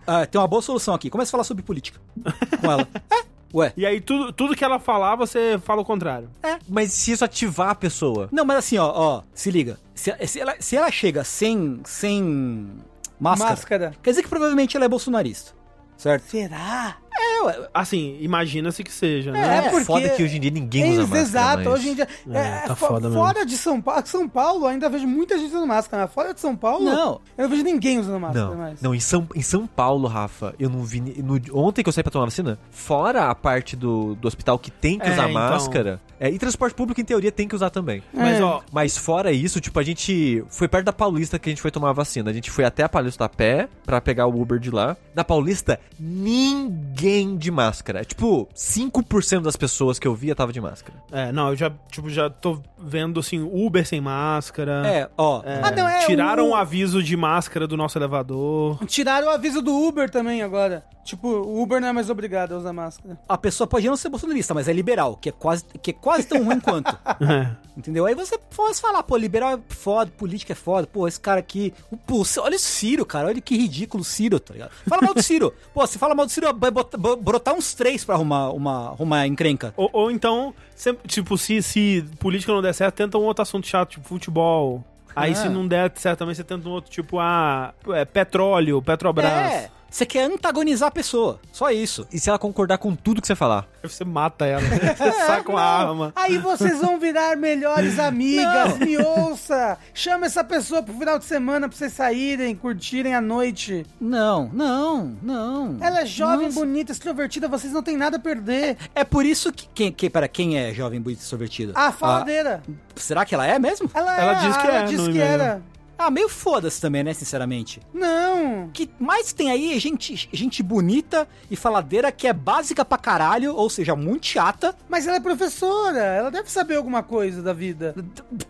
Ah, tem uma boa solução aqui. Começa a falar sobre política com *laughs* ela. É, ué.
E aí tudo, tudo que ela falar, você fala o contrário.
Mas se isso ativar a pessoa.
Não, mas assim, ó, ó, se liga. Se, se ela, se ela chega sem, sem máscara,
Máscara.
quer dizer que provavelmente ela é bolsonarista, certo?
Será?
É, ué.
Assim, imagina-se que seja, né?
É,
É,
porque-
foda que hoje em dia ninguém
Eles,
usa é máscara.
exato,
mas-
hoje em dia. É,
tá
fo-
foda mesmo.
Fora de São Paulo, São Paulo ainda vejo muita gente usando máscara. mas Fora de São Paulo,
Não.
eu não vejo ninguém usando é máscara
Não,
mais.
não em, São, em São Paulo, Rafa, eu não vi. ni- no- ontem que eu saí pra tomar vacina, fora a parte do, do hospital que tem que
É,
usar
então.
máscara, é, e transporte público, em teoria, tem que usar também.
Mas,
É.
ó,
Mas fora isso, tipo, a gente foi perto da Paulista que a gente foi tomar a vacina. A gente foi até a Paulista a pé pra pegar o Uber de lá. Na Paulista, ninguém de máscara. Tipo, 5% das pessoas que eu via tava de máscara.
é, não, eu já, tipo, já tô vendo, assim, Uber sem máscara.
É, ó.
É,
Ah, não, é
tiraram
o-
o aviso de máscara do
*laughs*
nosso elevador.
Tiraram o aviso do Uber também agora. Tipo, o Uber não é mais obrigado a usar máscara.
A pessoa pode não ser bolsonarista, mas é liberal, que é quase, que é quase tão ruim *laughs* quanto.
É.
Entendeu? Aí você pode falar, pô, liberal é foda, política é foda, pô, esse cara aqui. o- Pô, o- olha o Ciro, cara, olha que ridículo o Ciro, tá ligado? Fala
*laughs*
mal do Ciro. Pô, se fala mal do Ciro, vai botar- bo- brotar uns três pra arrumar uma, uma encrenca.
Ou, ou então, sempre, tipo, se, se política não der certo, tenta um outro assunto chato, tipo futebol. Aí
Ah.
se não der certo também, você tenta um outro, tipo, ah, é, petróleo, Petrobras.
É. Você quer antagonizar a pessoa. Só isso.
E se ela concordar com tudo que você falar?
Você
*laughs*
mata ela, você saca uma arma.
Ah, Aí vocês vão virar melhores amigas, me ouça! Chama essa pessoa pro final de semana pra vocês saírem, curtirem a noite.
Não, não, não.
Ela é jovem,
Nossa.
bonita, extrovertida, vocês não têm nada a perder.
É por isso que quem, quem para quem é jovem bonita e extrovertida?
Ah,
A faladeira.
será que ela é mesmo?
Ela,
Ela
é,
diz que
ela
é,
diz
no
que
e-mail.
era.
Ah, meio foda-se também, né, sinceramente.
Não.
O que mais tem aí é gente, gente bonita e faladeira que é básica pra caralho, ou seja, muito chata.
Mas ela é professora, ela deve saber alguma coisa da vida.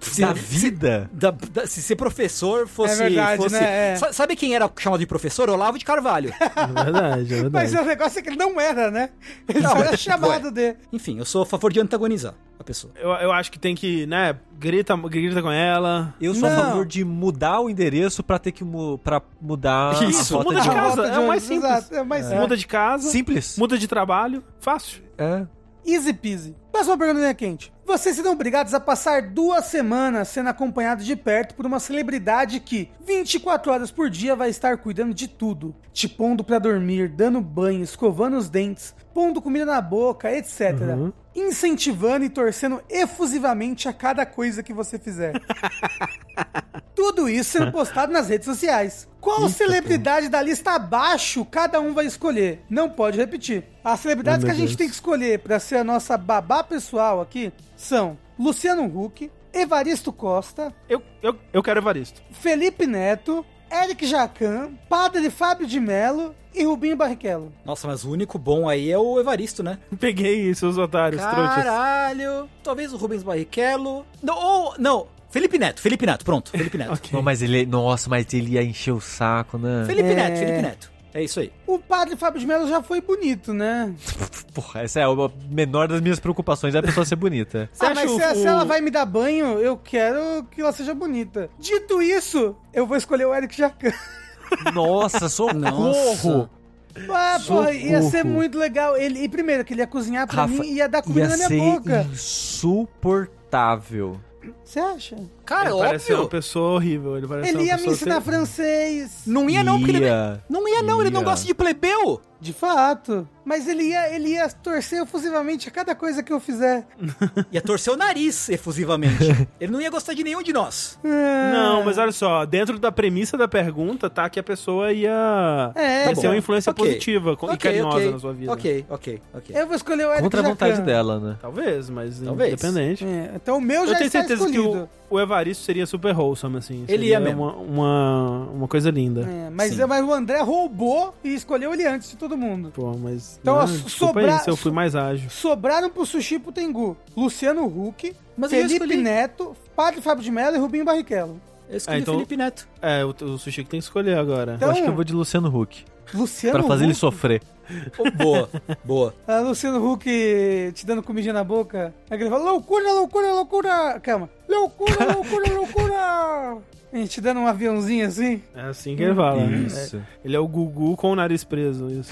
Se-
da vida?
da- da- se ser professor fosse.
É verdade,
fosse-
né? É.
Sa- Sabe quem era chamado de professor? Olavo de Carvalho.
É verdade, é
Mas
verdade. é tipo,
o negócio é que ele não era, né? Ele
Não,
só era
mas-
chamado de.
Enfim, eu sou a favor de antagonizar a pessoa.
é, Eu, eu acho que tem que, né, grita, grita com ela.
Eu sou
Não.
a favor de mudar o endereço pra ter que mu pra mudar
Isso,
a rota
muda de
ônibus.
casa,
Rota
é o mais
ônibus,
simples.
exato, é o mais simples.
Muda de casa,
Simples.
muda de trabalho, fácil.
É.
Easy peasy. Próxima pergunta linha quente. Vocês serão obrigados a passar duas semanas sendo acompanhados de perto por uma celebridade que 24 horas por dia vai estar cuidando de tudo. Te pondo pra dormir, dando banho, escovando os dentes, pondo comida na boca, etc. Incentivando e torcendo efusivamente a cada coisa que você fizer. Tudo isso
*laughs*
sendo postado nas redes sociais. Qual celebridade da lista abaixo cada um vai escolher? Não pode repetir. As celebridades
Ai,
que
meu
a gente
Deus.
tem que escolher pra ser a nossa babá pessoal aqui são Luciano Huck, Evaristo Costa,
Eu, eu, eu quero Evaristo. *laughs*
Felipe Neto, Eric Jacan, Padre Fábio de Mello e Rubinho Barrichello.
Nossa, mas o único bom aí é o Evaristo, né?
Peguei seus otários, trouxas.
Caralho! Talvez o Rubens Barrichello. Não, ou. Não! Felipe Neto, Felipe Neto, pronto. Felipe
*laughs*
Neto.
Ok.
Não, mas ele. Nossa, mas ele ia encher o saco, né?
Felipe
É.
Neto, Felipe Neto. É isso aí.
O Padre Fábio de Mello já foi bonito, né?
Porra, essa é a menor das minhas preocupações, é a pessoa ser bonita.
Você
ah,
acha
mas
o-
se, se
o-
ela vai me dar banho, eu quero que ela seja bonita. Dito isso, eu vou escolher o Eric Jacan.
Nossa, socorro!
Ah, porra, ia
Socorro.
ser muito legal. Ele, e primeiro, que ele ia cozinhar pra
Rafa,
mim e ia dar comida Tá na minha
ia ser
boca.
insuportável.
Você acha?
Cara,
ele parece
óbvio.
uma pessoa horrível. Ele, parece
ele
uma
ia me
pessoa
ensinar
ter-
francês.
Não ia, não, porque ele.
Ia.
Não ia, não, ele não
Ia.
gosta de plebeu.
De fato. Mas ele ia, ele ia torcer efusivamente a cada coisa que eu fizer.
Ia torcer o nariz efusivamente. ele não ia gostar de nenhum de nós.
Ah,
Não, mas olha só, dentro da premissa da pergunta, tá que a pessoa ia,
É,
ia ser
bom.
uma influência
Ok.
positiva co- e é carinhosa na sua vida. né?
Ok, ok, ok.
Eu vou escolher o Eric
Contra a vontade
Jacan.
dela, né?
Talvez, mas
Talvez.
independente.
É, então o meu
Eu
já
tenho
está
certeza
escolhido.
que o, o Evaristo seria super wholesome, assim.
Ele
seria
ia mesmo.
Uma, uma, uma coisa linda.
É, mas,
Sim.
mas o André roubou e escolheu ele antes de todo mundo.
Pô, mas.
Então,
né,
ó,
desculpa
sobrar-
aí se eu fui mais ágil.
Sobraram pro Sushi e pro Tengu. Luciano Huck,
Mas eu
Felipe
escolhi-
Neto, Padre Fábio de Mello e Rubinho Barrichello.
Eu escolhi
Ah, então- *laughs*
Felipe Neto.
É, o, o sushi que tem que escolher agora.
Então-
Eu acho que eu vou de Luciano Huck.
Luciano
Pra fazer ele
Huck?
sofrer.
Oh, boa, boa.
Ah, Luciano Huck te dando comidinha na boca. Aí ele fala, loucura, loucura, loucura. Calma.
*laughs*
Loucura, loucura, loucura. A gente dando um aviãozinho assim.
É assim que ele fala.
Isso.
É, ele é o Gugu com o nariz preso. Isso.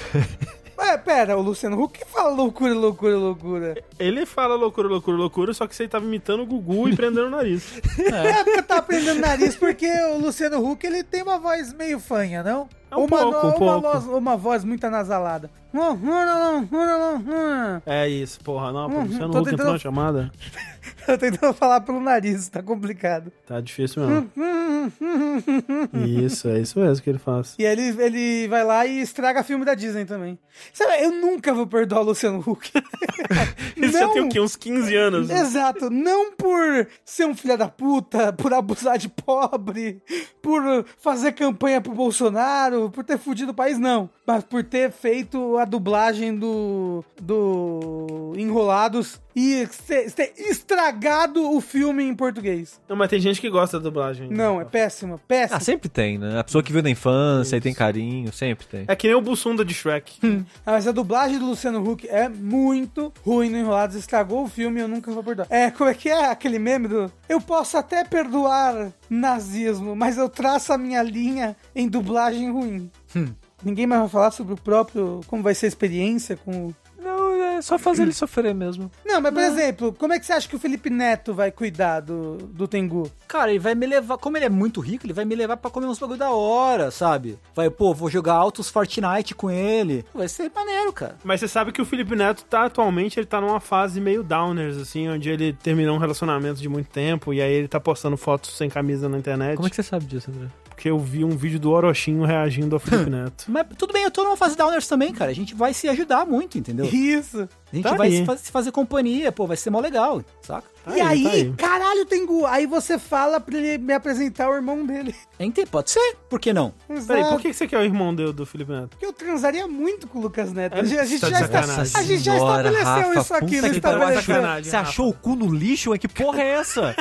Ué, pera, o Luciano Huck que fala loucura, loucura, loucura.
Ele fala loucura, loucura, loucura, só que você tava imitando o Gugu e prendendo o nariz.
É porque eu tava aprendendo nariz, porque o Luciano Huck ele tem uma voz meio fanha, não?
É um
uma,
pouco, um
uma,
pouco.
Voz, uma voz muito anasalada.
É isso, porra. Não,
Uhum,
uhum, Luciano
tô
Huck entrou
tentando-
na chamada.
*laughs* Eu tentando falar pelo nariz, tá complicado. *laughs*
Tá difícil
Hum,
mesmo. Isso, é isso mesmo que ele faz.
E aí ele, ele vai lá e estraga filme da Disney também. Sabe, eu nunca vou perdoar o Luciano Huck.
Ele já tem o quê? Uns 15 anos.
Exato, não por ser um filho da puta, por abusar de pobre, por fazer campanha pro Bolsonaro, por ter fudido o país, não. Mas por ter feito a dublagem do, do Enrolados e ser- ter estragado o filme em português.
Não, mas tem gente que gosta da dublagem.
Não, é péssimo, péssimo.
Ah, sempre tem, né? A pessoa que viu na infância e tem carinho, sempre tem.
É que nem o Bussunda de Shrek.
Ah, Mas a dublagem do Luciano Huck é muito ruim no Enrolados, estragou o filme e eu nunca vou perdoar. É, como é que é aquele meme do. Eu posso até perdoar nazismo, mas eu traço a minha linha em dublagem
Hum.
ruim. Ninguém mais vai falar sobre o próprio. como vai ser a experiência com o
Não, é só fazer ele sofrer mesmo.
Não, mas por exemplo, como é que você acha que o Felipe Neto vai cuidar do, do Tengu?
Cara, ele vai me levar. Como ele é muito rico, ele vai me levar pra comer uns bagulho da hora, sabe? Vai, pô, vou jogar altos Fortnite com ele. Vai ser maneiro, cara.
Mas você sabe que o Felipe Neto tá atualmente, ele tá numa fase meio downers, assim, onde ele terminou um relacionamento de muito tempo e aí ele tá postando fotos sem camisa na internet.
Como é que você sabe disso, André?
Porque eu vi um vídeo do Orochinho reagindo ao Felipe Neto.
Mas tudo bem, eu tô numa fase downers também, cara. A gente vai se ajudar muito, *laughs* entendeu?
Isso.
A gente
Tá
vai
aí.
se, faz- se fazer companhia, pô, vai ser mó legal, saca?
Tá
e aí,
tá
caralho, Tengu, aí você fala pra ele me apresentar o irmão dele. *laughs*
Ente, pode ser, por que não?
Peraí,
Exato.
por que que você quer o irmão do, do Felipe Neto?
Porque eu transaria muito com o Lucas Neto.
É,
A gente, a gente
tá
já,
de
está,
sacanagem.
a gente já
Senhora,
estabeleceu
Rafa,
isso aqui,
puta
não
que pariu,
estabeleceu.
sacanagem.
Você achou o cu no lixo? hein? Que porra é essa?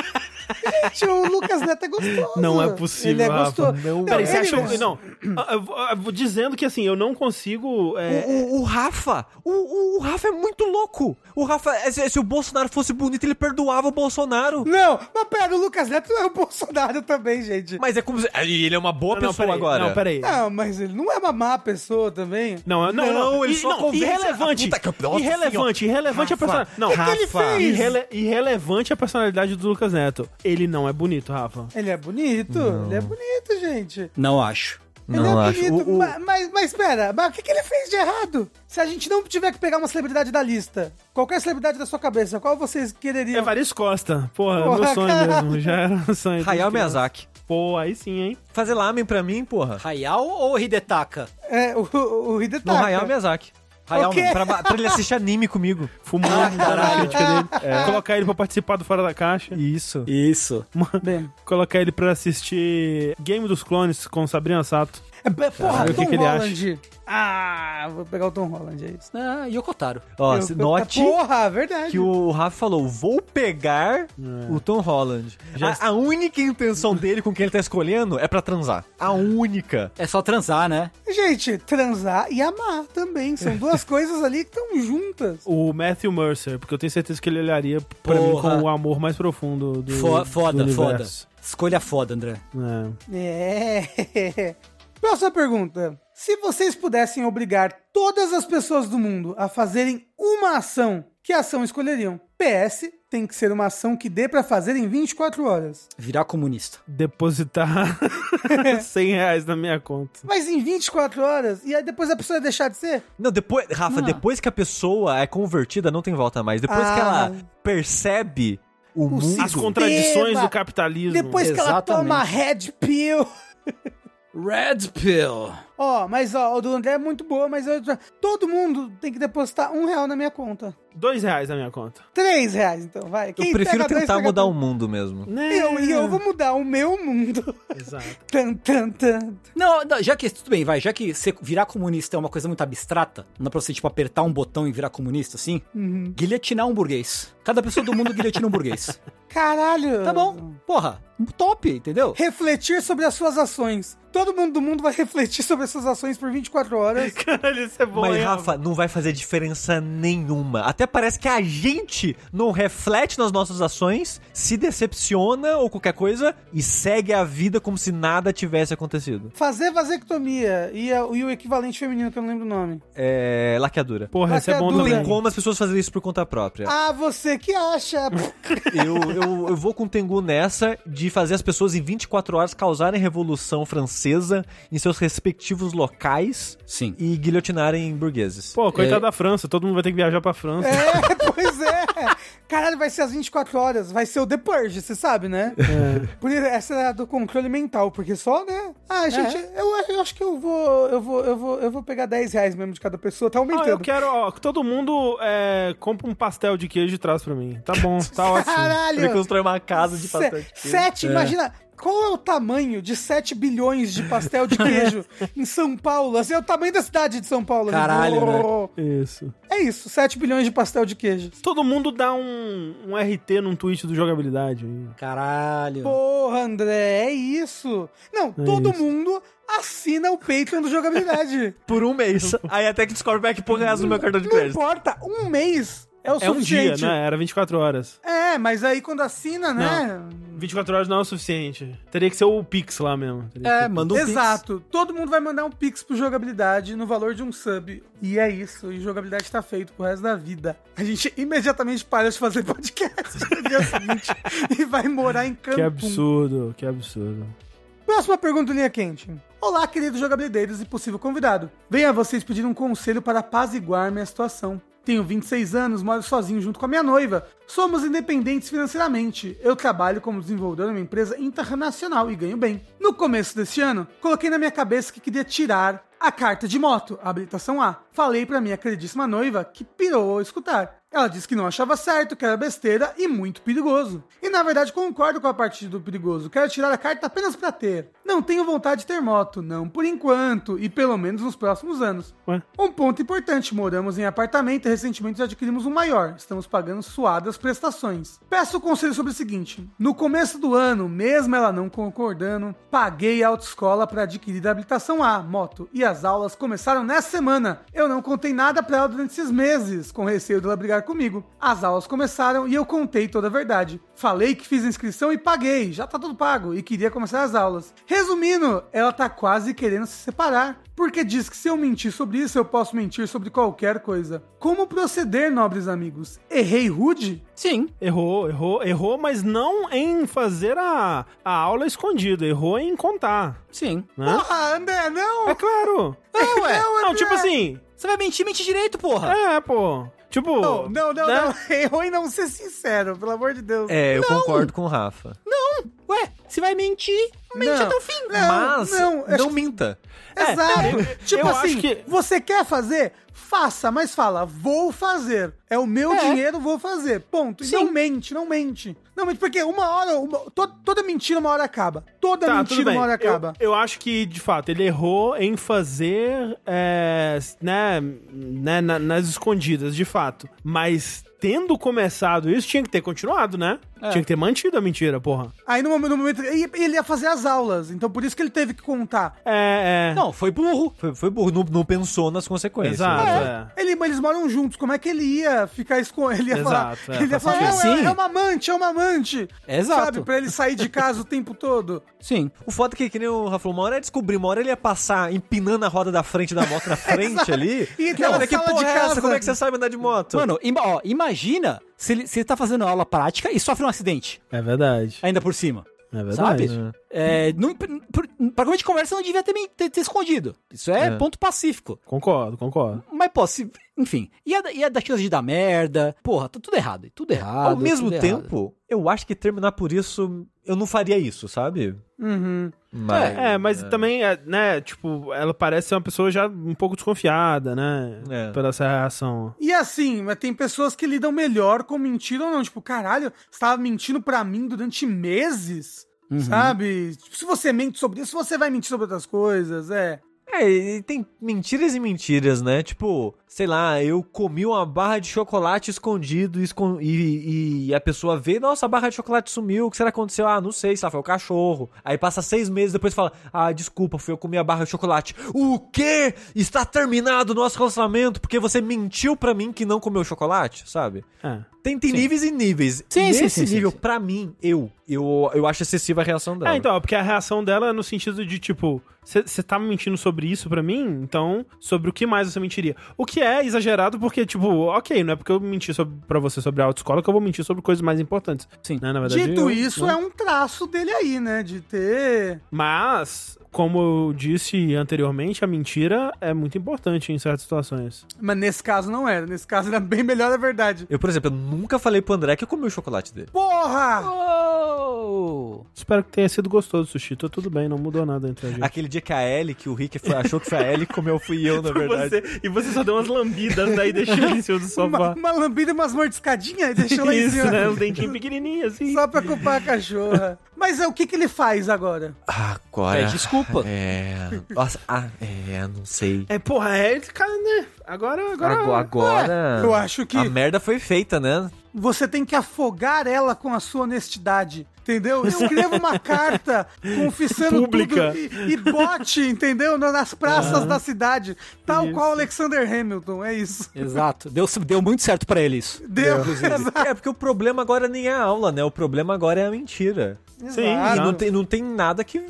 Gente, o Lucas Neto é gostoso.
Não é possível,
Ele é
Rafa,
gostoso.
não é.
Peraí,
ele
você achou.
mesmo.
Não, Ah, eu vou- eu vou dizendo que assim, eu não consigo. é,
O, o- o Rafa, o, o- o Rafa é muito louco. O Rafa, é, se, se o Bolsonaro fosse bonito, ele perdoava o Bolsonaro.
Não, mas pera, o Lucas Neto é o *laughs* Bolsonaro também, gente.
Mas é como se... E ele é uma boa
não,
pessoa
peraí,
agora.
Não, peraí.
Não, mas ele não é uma má pessoa também.
Não, não, não.
Não, ele
E-
só convence
irrelevante.
a puta que- Nossa
irrelevante, irrelevante é a
Rafa,
personalidade. Não,
que ele
Rafa,
fez?
irrele- irrelevante é a personalidade do Lucas Neto. Ele não é bonito, Rafa.
Ele é bonito, ele é bonito, gente.
Não acho.
ele
Não
é
acho.
bonito,
O- o-
ma- mas, mas pera, mas o que, que ele fez de errado? Se a gente não tiver que pegar uma celebridade da lista, qualquer celebridade da sua cabeça, qual vocês
É
quereriam?
Varis Costa. Porra, é
Porra,
meu sonho
caralho.
mesmo. Já era um sonho. desde
Hayao
criança.
Miyazaki.
Pô, aí sim, hein?
Fazer lamen pra mim, porra.
Tá,
Hayao ou Hidetaka?
É, o, o, o
Não,
Hidetaka.
Hayao Miyazaki.
Hayao
O quê?
não.
Pra, pra ele assistir anime comigo.
Fumando, dar
Ah.
a crítica dele. Colocar ele pra participar do Fora da Caixa.
Isso.
Isso.
Bem,
Colocar ele pra assistir Game dos Clones com Sabrina Sato.
é, be- porra,
o que
Tom
que ele acha?
Holland. Ah, vou pegar o Tom Holland, é isso.
Ah, Yokotaro.
Ó,
Eu-
se-
eu-
note
Porra, verdade.
que o Rafa falou, vou pegar o Tom Holland.
É. Já-
A, a única intenção dele com quem ele tá escolhendo é pra transar. A única.
É só transar, né?
Gente, transar e amar também. São duas
*laughs*
coisas ali que estão juntas.
O Matthew Mercer, porque eu tenho certeza que ele olharia pra mim
Porra.
com o amor mais profundo do.
Fo-
do
foda, foda.
universo.
Escolha foda, André.
É.
É. Próxima pergunta. Se vocês pudessem obrigar todas as pessoas do mundo a fazerem uma ação, que ação escolheriam? PS, tem que ser uma ação que dê pra fazer em 24 horas.
Virar comunista.
*laughs*
depositar 100 reais na minha conta.
Mas em 24 horas? E aí depois a pessoa ia deixar de ser?
Não, depois, Rafa,
Ah.
depois que a pessoa é convertida, não tem volta mais. Depois
Ah.
que ela percebe o, mundo,
ciclo.
As contradições
Eba!
do capitalismo.
Depois que ela
Exatamente.
toma Red Pill. *laughs*
Red Pill.
Ó, mas ó, o do André é muito boa, mas eu- todo mundo tem que depositar um real na minha conta.
2 reais na minha conta.
Três reais, então, vai.
eu prefiro tentar mudar
o
o mundo mesmo.
Eu, e eu vou mudar o meu mundo.
Né?
*laughs*
Exato. *laughs*
Tan, tan, tan.
Não, não, já que. Tudo bem, vai. Já que você virar comunista é uma coisa muito abstrata, não dá pra você, tipo, apertar um botão e virar comunista assim. Guilhotinar um burguês. Cada pessoa do mundo guilhotina um *laughs* burguês.
Caralho.
Tá bom? Porra, top, entendeu?
Refletir sobre as suas ações. Todo mundo do mundo vai refletir sobre as suas ações por 24
*laughs*
horas.
Caralho, isso é bom,
Mas,
hein,
Rafa, não vai fazer diferença nenhuma. Até parece que a gente não reflete nas nossas ações, se decepciona ou qualquer coisa e segue a vida como se nada tivesse acontecido.
Fazer vasectomia e, a- e o equivalente feminino, que eu não lembro o nome.
É. laqueadura.
Porra, isso é bom
Laqueadura.
Não tem
também.
como as pessoas fazerem isso por conta própria.
Ah, você que acha?
Eu, eu, eu vou com o Tengu nessa de fazer as pessoas em 24 horas causarem revolução francesa em seus respectivos locais
Sim.
e guilhotinarem burgueses.
Pô, coitado
É.
da França, todo mundo vai ter que viajar pra
*laughs*
França.
é, pois é. Caralho, vai ser às 24 horas. Vai ser o The Purge, você sabe, né? Por isso, essa é a do controle mental, porque só, né?
É.
Ah, gente, eu, acho- eu acho que eu vou, eu vou, eu vou, eu vou pegar 10 reais mesmo de cada pessoa. Tá
Ah,
aumentando.
eu quero, ó, que todo mundo é, compra um pastel de queijo e traz pra mim. Tá bom,
*laughs*
tá ótimo.
Ele
Caralho.
constrói uma casa de
Se-
pastel de queijo.
Sete, imagina. Qual é o tamanho de 7 bilhões de pastel
*laughs*
de queijo em São Paulo? Assim, é o tamanho da cidade de São Paulo. né?
Caralho,
né?
Isso.
É isso, 7 bilhões de pastel de queijo.
Todo mundo dá um, um RT num tweet do jogabilidade.
Caralho.
Porra, André, é isso. Não, todo
É isso.
mundo assina o Patreon do
*laughs*
Jogabilidade.
Por um mês. Aí até que descobre como é que porra é essa do meu cartão de
Não
crédito.
importa, um mês é o
É um dia,
suficiente.
né? Era 24 horas.
É, mas aí quando assina, né?
24 horas não é o suficiente. Teria que ser o Pix lá mesmo. Teria que
É,
ser-
manda um pix.
Exato. Todo mundo vai mandar um pix pro jogabilidade no valor de um sub. E é isso. E jogabilidade tá feito pro resto da vida. A gente imediatamente para de fazer podcast *laughs* no dia seguinte e vai morar em Cancún.
Que absurdo, que absurdo.
Próxima pergunta do Linha Quente. Olá, queridos jogabilideiros e possível convidado. Venho a vocês pedir um conselho para apaziguar minha situação. Tenho 26 anos, moro sozinho junto com a minha noiva. Somos independentes financeiramente. Eu trabalho como desenvolvedor numa empresa internacional e ganho bem. No começo deste ano, coloquei na minha cabeça que queria tirar a carta de moto, a habilitação A. Falei pra minha queridíssima noiva, que pirou ao escutar. Ela disse que não achava certo, que era besteira e muito perigoso. E na verdade concordo com a parte do perigoso. Quero tirar a carta apenas pra ter. Não tenho vontade de ter moto, não por enquanto e pelo menos nos próximos anos.
Ué?
Um ponto importante: moramos em apartamento e recentemente adquirimos um maior. Estamos pagando suadas prestações. Peço conselho sobre o seguinte: no começo do ano, mesmo ela não concordando, paguei a autoescola para adquirir a habilitação A, moto, e as aulas começaram nessa semana. Eu não contei nada para ela durante esses meses, com receio dela brigar comigo. As aulas começaram e eu contei toda a verdade. Falei que fiz a inscrição e paguei, já tá tudo pago, e queria começar as aulas. Resumindo, ela tá quase querendo se separar, porque diz que se eu mentir sobre isso, eu posso mentir sobre qualquer coisa. Como proceder, nobres amigos? Errei rude?
Sim.
Errou, errou, errou, mas não em fazer a, a aula escondida, errou em contar,
Sim.
né?
Porra, Ah, André, não!
É claro.
É, ué.
*laughs* Não, tipo assim,
Você vai mentir, mente direito, porra.
é, pô. Tipo,
Não, não, não,
né?
não. *laughs* Errou em não ser sincero, pelo amor de Deus.
É, eu concordo com o Rafa.
Ué, você vai mentir, mente
Não.
até o fim.
Não,
Mas
não,
não,
acho que-
minta.
É.
É.
Exato. tipo
É, eu
assim,
acho que-
você quer fazer? Faça, mas fala, vou fazer. É o meu
É.
dinheiro, vou fazer. Ponto. E
Sim.
não mente, não mente. Não mente, porque uma hora, uma- to- toda mentira uma hora acaba. Toda
Tá, tudo
mentira
bem.
uma hora
Eu-
acaba.
Eu, acho que, de fato, ele errou em fazer, é, né, né, na- nas escondidas, de fato. Mas tendo começado isso, tinha que ter continuado, né? Tinha que ter mantido a mentira, porra.
Aí no momento, no momento- e- e ele ia fazer as aulas, então por isso que ele teve que contar.
É, é.
Não, foi burro.
Foi, foi burro, não, não pensou nas consequências.
Exato,
né?
é.
Ele, eles moram juntos, como é que ele ia ficar escondido? Ele ia
Exato,
falar,
é,
ele ia
faz
falar
sentido.
não, é,
Sim.
é uma amante, é uma amante.
Exato.
Sabe, pra ele sair de casa o tempo todo.
Sim.
O foda é que, que nem o Rafa falou, uma hora é descobrir, uma hora ele ia passar empinando a roda da frente da
*laughs*
moto na frente ali.
E
Que
tem uma
hora, que
sala
porra
de
é
casa.
essa? Como é que você sabe andar de moto?
Mano, ima- ó, imagina se ele, se ele tá fazendo aula prática e sofre um acidente,
É verdade.
ainda por cima.
É
Sabe?
verdade.
É, não, pra pra começo de conversa, não devia ter, men- ter- ter escondido. Isso é,
É.
ponto pacífico.
Concordo, concordo.
Mas, pô, se, enfim. E a, da- e a da chance de dar merda? Porra, tá tudo errado. Tudo errado.
Ao mesmo
tudo errado.
tempo, eu acho que terminar por isso, eu não faria isso,
É,
sabe?
Uhum.
Mas,
É, mas também, é, né, tipo, ela parece ser uma pessoa já um pouco desconfiada, né?
É.
Pela essa reação.
E assim, mas tem pessoas que lidam melhor com mentira ou não. Tipo, caralho, você tava mentindo pra mim durante meses,
Uhum.
Uhum.
sabe? Tipo, se você mente sobre isso, você vai mentir sobre outras coisas, é.
É, e tem mentiras e mentiras, né? Tipo, sei lá, eu comi uma barra de chocolate escondido e, escon- e- e a pessoa vê, nossa, a barra de chocolate sumiu, o que será que aconteceu? Ah, não sei, sei lá, foi o cachorro. Aí passa seis meses, depois fala, ah, desculpa, fui eu comi a barra de chocolate. O quê? Está terminado o nosso relacionamento porque você mentiu pra mim que não comeu chocolate, sabe?
É.
Tem, tem níveis e níveis.
Sim, sim, sim,
Nesse
sim, Ah,
nível,
sim.
pra mim, eu, eu, eu acho excessiva a reação dela.
É, então, porque a reação dela é no sentido de, tipo, você tá me mentindo sobre isso pra mim? Então, sobre o que mais você mentiria? O que é exagerado, porque, tipo, ok, não é porque eu menti sobre, pra você sobre a autoescola que eu vou mentir sobre coisas mais importantes.
Sim.
Né, na verdade,
Dito
eu-
isso,
né?
é um traço dele aí, né? De ter.
Mas, como eu disse anteriormente, a mentira é muito importante em certas situações.
Mas nesse caso não era. Nesse caso era bem melhor a verdade.
Eu, por exemplo, eu nunca falei pro André que eu comi o chocolate dele.
Porra!
Oh!
Espero que tenha sido gostoso, Sushi. Tô tudo bem, não mudou nada entre a gente.
Aquele dia que a Ellie, que o Rick foi- achou que foi a Ellie, comeu fui
*laughs*
eu, na verdade.
Você- e você só deu umas lambidas, daí deixou ele em cima do
Uma,
sofá.
uma lambida e umas mordiscadinhas e deixou lá em
Isso,
cima.
né? Um dentinho pequenininho, assim.
Só pra culpar a cachorra. Mas é o que, que ele faz agora?
Agora.
Pede desculpa.
*laughs* É. Nossa, ah, é, não sei.
É, porra, é esse cara, né? Agora, agora...
Agora.
Ah.
agora-
Eu acho que
A merda foi feita, né?
você tem que afogar ela com a sua honestidade. Entendeu? Escreva
*laughs*
uma carta confessando
Pública. Ah,
tudo e, e bote, entendeu? Na- Nas praças da cidade. Tal qual Alexander Hamilton, é isso.
Exato. Deu, deu muito
É.
certo pra ele isso.
Deu.
É porque o problema agora nem é a aula, né? O problema agora é a mentira. E
Exato.
não tem, não tem nada que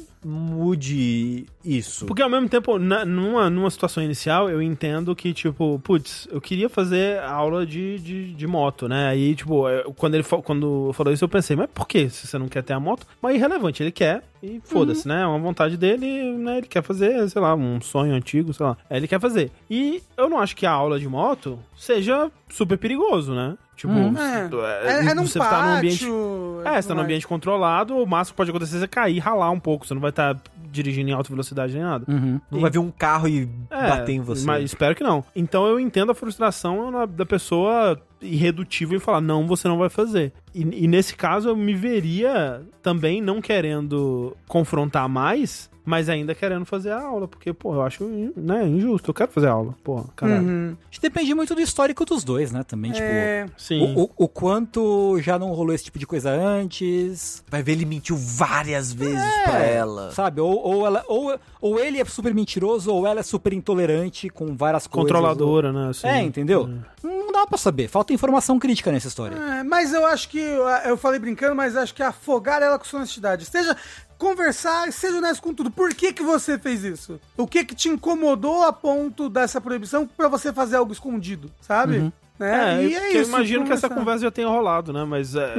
mude isso.
Porque ao mesmo tempo, na- numa, numa situação inicial, eu entendo que, tipo, putz, eu queria fazer aula de, de, de moto, né? Aí, tipo, eu- quando ele fa- quando falou isso, eu pensei, mas por que se você não quer ter a moto? Mas é irrelevante, ele quer
Uhum.
e foda-se, né? É uma vontade dele, né? Ele quer fazer, sei lá, um sonho antigo, sei lá. Aí Ele quer fazer. E eu não acho que a aula de moto seja super perigoso, né? Tipo,
É, é, num
você
pátio.
tá num ambiente é, você tá
tudo
num
mais.
ambiente controlado, o máximo que pode acontecer é você cair, ralar um pouco, você não vai estar dirigindo em alta velocidade nem nada.
Não vai vir um carro e
É,
bater em você.
Mas espero que não. Então eu entendo a frustração na- da pessoa irredutível e falar, não, você não vai fazer. E, e nesse caso eu me veria também não querendo confrontar mais, mas ainda querendo fazer a aula, porque, pô, eu acho né, injusto, eu quero fazer a aula, pô, caralho.
Uhum.
Acho que depende muito do histórico dos dois, né? Também, tipo.
É,
Sim.
O, o- o quanto já não rolou esse tipo de coisa antes,
Vai ver, ele mentiu várias vezes
É.
pra ela.
sabe? Ou, ou, ela, ou, ou ele é super mentiroso, ou ela é super intolerante com várias coisas.
Controladora, né? assim.
É, entendeu? Não dá pra saber. Falta informação crítica nessa história.
é, mas eu acho que, ah, eu falei brincando, mas acho que é afogar ela com sua honestidade. Seja conversar, seja honesto com tudo. Por que que você fez isso? O que que te incomodou a ponto dessa proibição pra você fazer algo escondido, sabe? Né?
É,
E
porque eu imagino que
conversar.
essa conversa já tenha rolado, né? Mas é,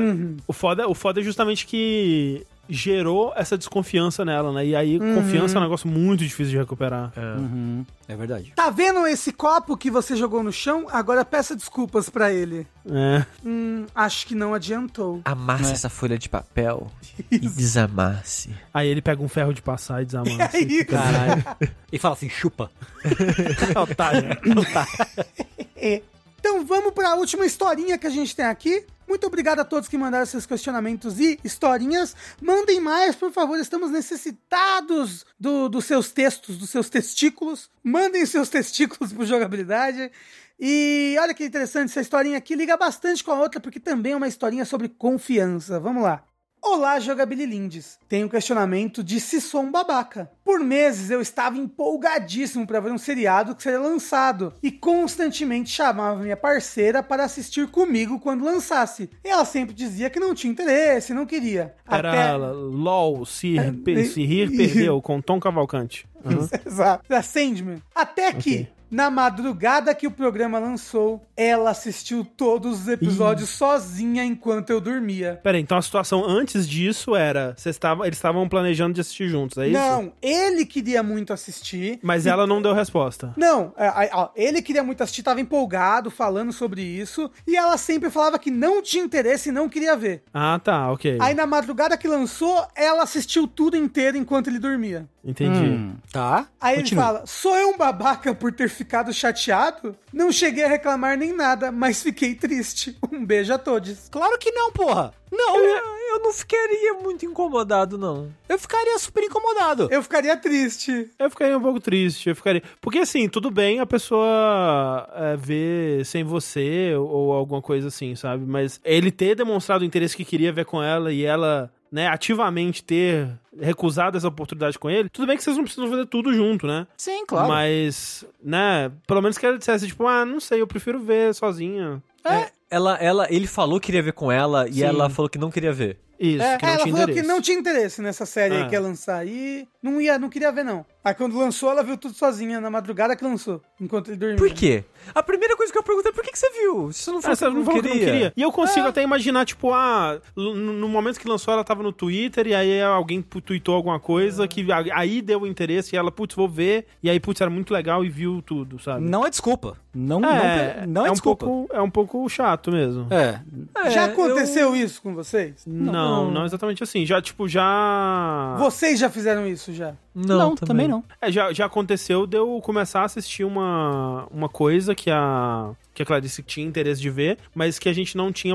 o, foda, o foda é justamente que gerou essa desconfiança nela, né? E aí, confiança é um negócio muito difícil de recuperar.
Uhum, é verdade.
Tá vendo esse copo que você jogou no chão? Agora peça desculpas pra ele.
É.
Hum, acho que não adiantou.
Amassa
É.
essa folha de papel e desamasse.
Aí ele pega um ferro de passar
*laughs*
e desamassa.
É isso.
Caralho. *laughs* e fala assim, *laughs* chupa.
É. Então vamos para a última historinha que a gente tem aqui. Muito obrigado a todos que mandaram seus questionamentos e historinhas. Mandem mais, por favor, estamos necessitados do- dos seus textos, dos seus testículos. Mandem seus *laughs* testículos pro jogabilidade. E olha que interessante, essa historinha aqui liga bastante com a outra, porque também é uma historinha sobre confiança. Vamos lá. Olá, jogabililindes. Tenho um questionamento de se sou um babaca. Por meses eu estava empolgadíssimo para ver um seriado que seria lançado e constantemente chamava minha parceira para assistir comigo quando lançasse. Ela sempre dizia que não tinha interesse, não queria.
Era LOL, se,
É, e-
rir, se rir, perdeu, com Tom Cavalcante. Uhum.
Exato. Da Sandman. Até que, na madrugada que o programa lançou, ela assistiu todos os episódios sozinha enquanto eu dormia.
Pera aí, então a situação antes disso era, vocês estavam, eles estavam planejando de assistir juntos, é isso?
Não, ele queria muito assistir.
Mas ela não deu resposta.
Não, é, aí, ó, ele queria muito assistir, tava empolgado falando sobre isso, e ela sempre falava que não tinha interesse e não queria ver.
Ah, tá, ok.
Aí na madrugada que lançou, ela assistiu tudo inteiro enquanto ele dormia.
Entendi.
Hum. Tá?
Aí
Continua.
ele fala: sou eu um babaca por ter ficado chateado? Não cheguei a reclamar nem nada, mas fiquei triste. *laughs* Um beijo a todos.
Claro que não, porra. Não,
Eu não ficaria muito incomodado, não.
eu ficaria super incomodado.
Eu ficaria triste.
Eu ficaria um pouco triste, eu ficaria. Porque assim, tudo bem a pessoa é, ver sem você ou, ou alguma coisa assim, sabe? Mas ele ter demonstrado o interesse que queria ver com ela e ela, né, ativamente ter recusado essa oportunidade com ele, tudo bem que vocês não precisam fazer tudo junto, né?
Sim,
Mas, né, pelo menos que ela dissesse, tipo, ah, não sei, eu prefiro ver sozinha.
Ela, ela, ele falou que queria ver com ela e
Sim.
ela falou que não queria ver.
Isso,
É,
que não
ela
tinha
falou
interesse.
que não tinha interesse nessa série aí
Ah.
que ia lançar. E não ia, não queria ver, não. Aí quando lançou, ela viu tudo sozinha na madrugada que lançou, enquanto ele dormia.
Por quê? A primeira coisa que eu pergunto é por que, que você viu? Se você não
Ah,
falou,
você não falou que não queria. E eu
É.
consigo até imaginar, tipo, ah, l- no no momento que lançou, ela tava no Twitter e aí alguém pu- tweetou alguma coisa que a- aí deu interesse e ela, putz, vou ver. E aí, putz, era muito legal e viu tudo, sabe?
Não é desculpa. Não
é,
não, não é,
é um
desculpa.
pouco É um pouco chato mesmo.
É.
Já
É,
aconteceu isso com vocês?
Não, não, exatamente assim. Já, tipo, já...
Vocês já fizeram isso já?
Não, também. não.
É, já, já aconteceu de eu começar a assistir uma, uma coisa que a, que a Clarice tinha interesse de ver, mas que a gente não tinha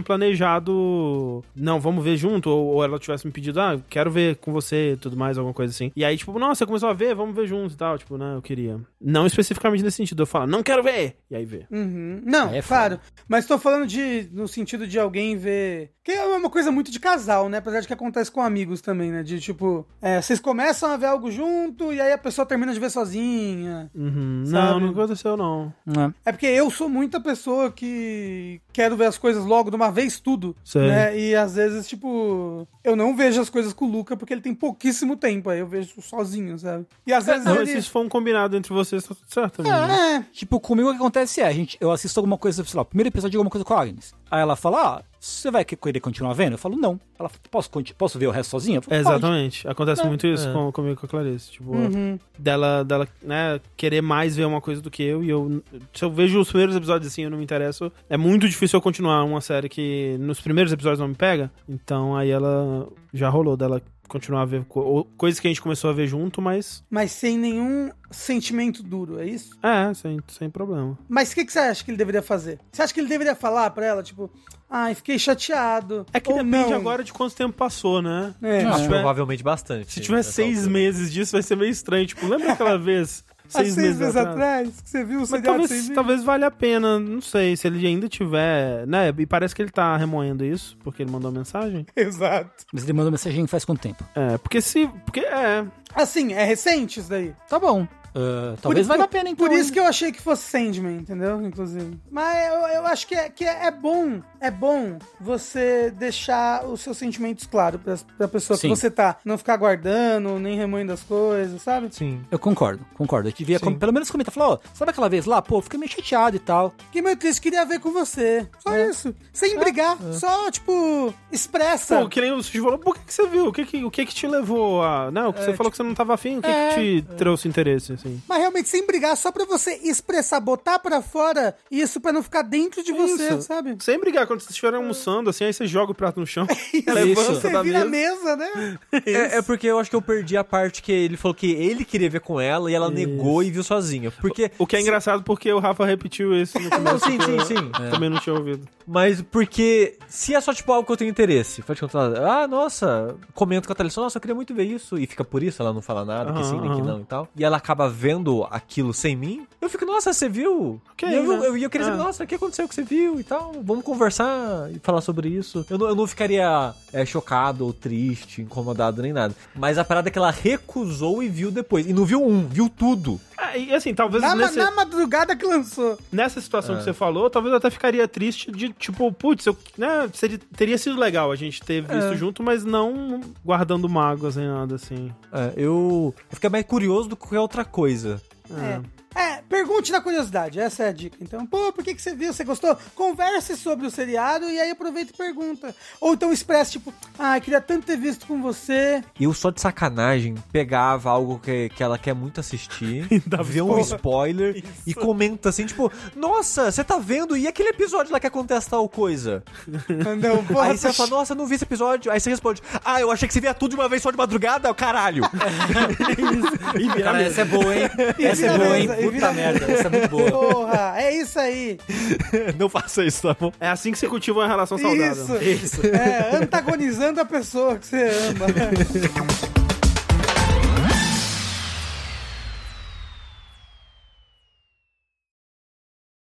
planejado. Não, vamos ver junto. Ou, ou ela tivesse me pedido, ah, quero ver com você e tudo mais, alguma coisa assim. E aí, tipo, nossa, você começou a ver, vamos ver junto e tal. Tipo, né, eu queria. Não especificamente nesse sentido, eu falo, não quero ver! E aí vê.
Uhum. Não,
É
claro. Mas tô falando de no sentido de alguém ver. Que é uma coisa muito de casal, né? Apesar de que acontece com amigos também, né? De tipo, é, vocês começam a ver algo junto e aí a pessoa termina de ver sozinha.
Uhum,
Sabe?
não, não aconteceu, não.
Não.
É porque eu sou muita pessoa que quero ver as coisas logo de uma vez tudo.
Sei.
Né? E às vezes, tipo, eu não vejo as coisas com o Luca porque ele tem pouquíssimo tempo. Aí eu vejo sozinho, sabe? E às vezes
Não, mas se
ele.
isso for um combinado entre vocês, tá tudo certo. também, né?
É,
Tipo, comigo o que acontece é, a gente, eu assisto alguma coisa, sei lá, o primeiro episódio de alguma coisa com a Agnes. Aí ela fala, ah, você vai querer continuar vendo? Eu falo, não. Ela fala, posso, conti- posso ver o resto sozinha? Eu falo,
É,
"Pode."
exatamente. Acontece muito isso
É.
com, comigo e com a Clarice. Tipo,
Né? Uhum.
dela, dela, né, querer mais ver uma coisa do que eu. E eu. Se eu vejo os primeiros episódios assim e eu não me interesso, é muito difícil eu continuar uma série que nos primeiros episódios não me pega. Então aí ela já rolou dela continuar a ver co- ou- coisas que a gente começou a ver junto, mas.
mas sem nenhum sentimento duro, é isso?
É, sem, sem problema.
Mas o que, que você acha que ele deveria fazer? Você acha que ele deveria falar pra ela, tipo, ai, fiquei chateado?
É que
ou
depende
não?
agora de quanto tempo passou, né?
É.
Se
Ah,
tiver,
Provavelmente bastante.
se tiver
nessa
seis
altura.
meses disso, vai ser meio estranho. Tipo, lembra aquela vez?
*laughs* Há seis, meses atrás, que você viu o
Mas
seriado é seis
talvez,
meses?
talvez valha a pena, não sei, se ele ainda tiver, né? E parece que ele tá remoendo isso, porque ele mandou uma mensagem.
Exato.
Mas ele mandou mensagem faz quanto tempo?
É, porque se. Porque é.
Assim, é recente isso daí.
Tá bom. Ah, talvez
Por-
valha a pena, então.
Por isso que eu achei que fosse Sandman, entendeu? Inclusive. Mas eu, eu acho que, é, que é, é bom, é bom você deixar os seus sentimentos claros pra, pra pessoa
Sim.
que você tá. Não ficar guardando, nem remoendo as coisas, sabe?
Sim.
Eu concordo, concordo. Eu devia, com- pelo menos, comentar. Falou, "Ó, sabe aquela vez lá? Pô, eu fiquei meio chateado e tal.
Que meu triste queria ver com você. Só isso. Sem brigar. Só, tipo, expressa.
Pô, que nem o Sushi falou, por que, que você viu? O que que, o que que te levou a. Não, o que você falou que você não tava afim, o que que te trouxe interesse, assim?
Mas realmente sem brigar, só pra você expressar, botar pra fora isso pra não ficar dentro de você,
Isso. *laughs*
sabe?
Sem brigar, quando você estiver almoçando, assim, aí você joga o prato no chão.
Isso.
Levanta
Você
da
vira
mesa.
a mesa, né?
É, é porque eu acho que eu perdi a parte que ele falou que ele queria ver com ela e ela negou e viu sozinha. Porque.
O que é engraçado porque o Rafa repetiu isso no
Não,
começo.
sim, sim, sim.
Eu Também não tinha ouvido.
Mas porque se é só tipo algo que eu tenho interesse, faz de conta, ela, ah, nossa, comento com a Thalissa, nossa, eu queria muito ver isso. E fica por isso, ela não fala nada, que
Aham,
sim, nem que
aham.
não e tal. E ela acaba vendo aquilo sem mim. Eu fico, nossa, você viu?
Ok,
e eu,
né?
eu, eu queria
É.
saber, nossa, o que aconteceu que você viu e tal. Vamos conversar e falar sobre isso. Eu não, eu não ficaria é, chocado ou triste, incomodado nem nada. Mas a parada é que ela recusou e viu depois. E não viu um, viu tudo.
Ah, e assim, talvez
Na, ma-
nesse-
na madrugada que lançou.
nessa situação que você falou, talvez eu até ficaria triste de, tipo, putz, eu, né, seria- teria sido legal a gente ter visto junto, mas não guardando mágoas nem nada, assim.
É, eu, eu fiquei mais curioso do que qualquer outra coisa.
É. É, pergunte na curiosidade, essa é a dica. Então, pô, por que, que você viu? Você gostou? Converse sobre o seriado e aí aproveita e pergunta. Ou então expressa, tipo, ah, eu queria tanto ter visto com você.
Eu só de sacanagem pegava algo que, que ela quer muito *laughs* assistir,
dá
vê um
porra.
*laughs* spoiler e comenta assim, tipo, nossa, você tá vendo? E aquele episódio lá que acontece tal coisa?
Não, porra,
Aí você fala, nossa, eu não vi esse episódio. Aí você responde, ah, eu achei que você via tudo de uma vez só de madrugada, caralho.
E virar
Cara, essa é boa, hein?
E
*laughs* Essa é
vira
boa, hein?
mesa, e
Puta
vira
merda, essa é muito boa.
Porra, é isso aí.
*laughs* não faça isso, tá bom?
É assim que se cultiva uma relação saudável.
Isso. É, antagonizando a pessoa que você ama.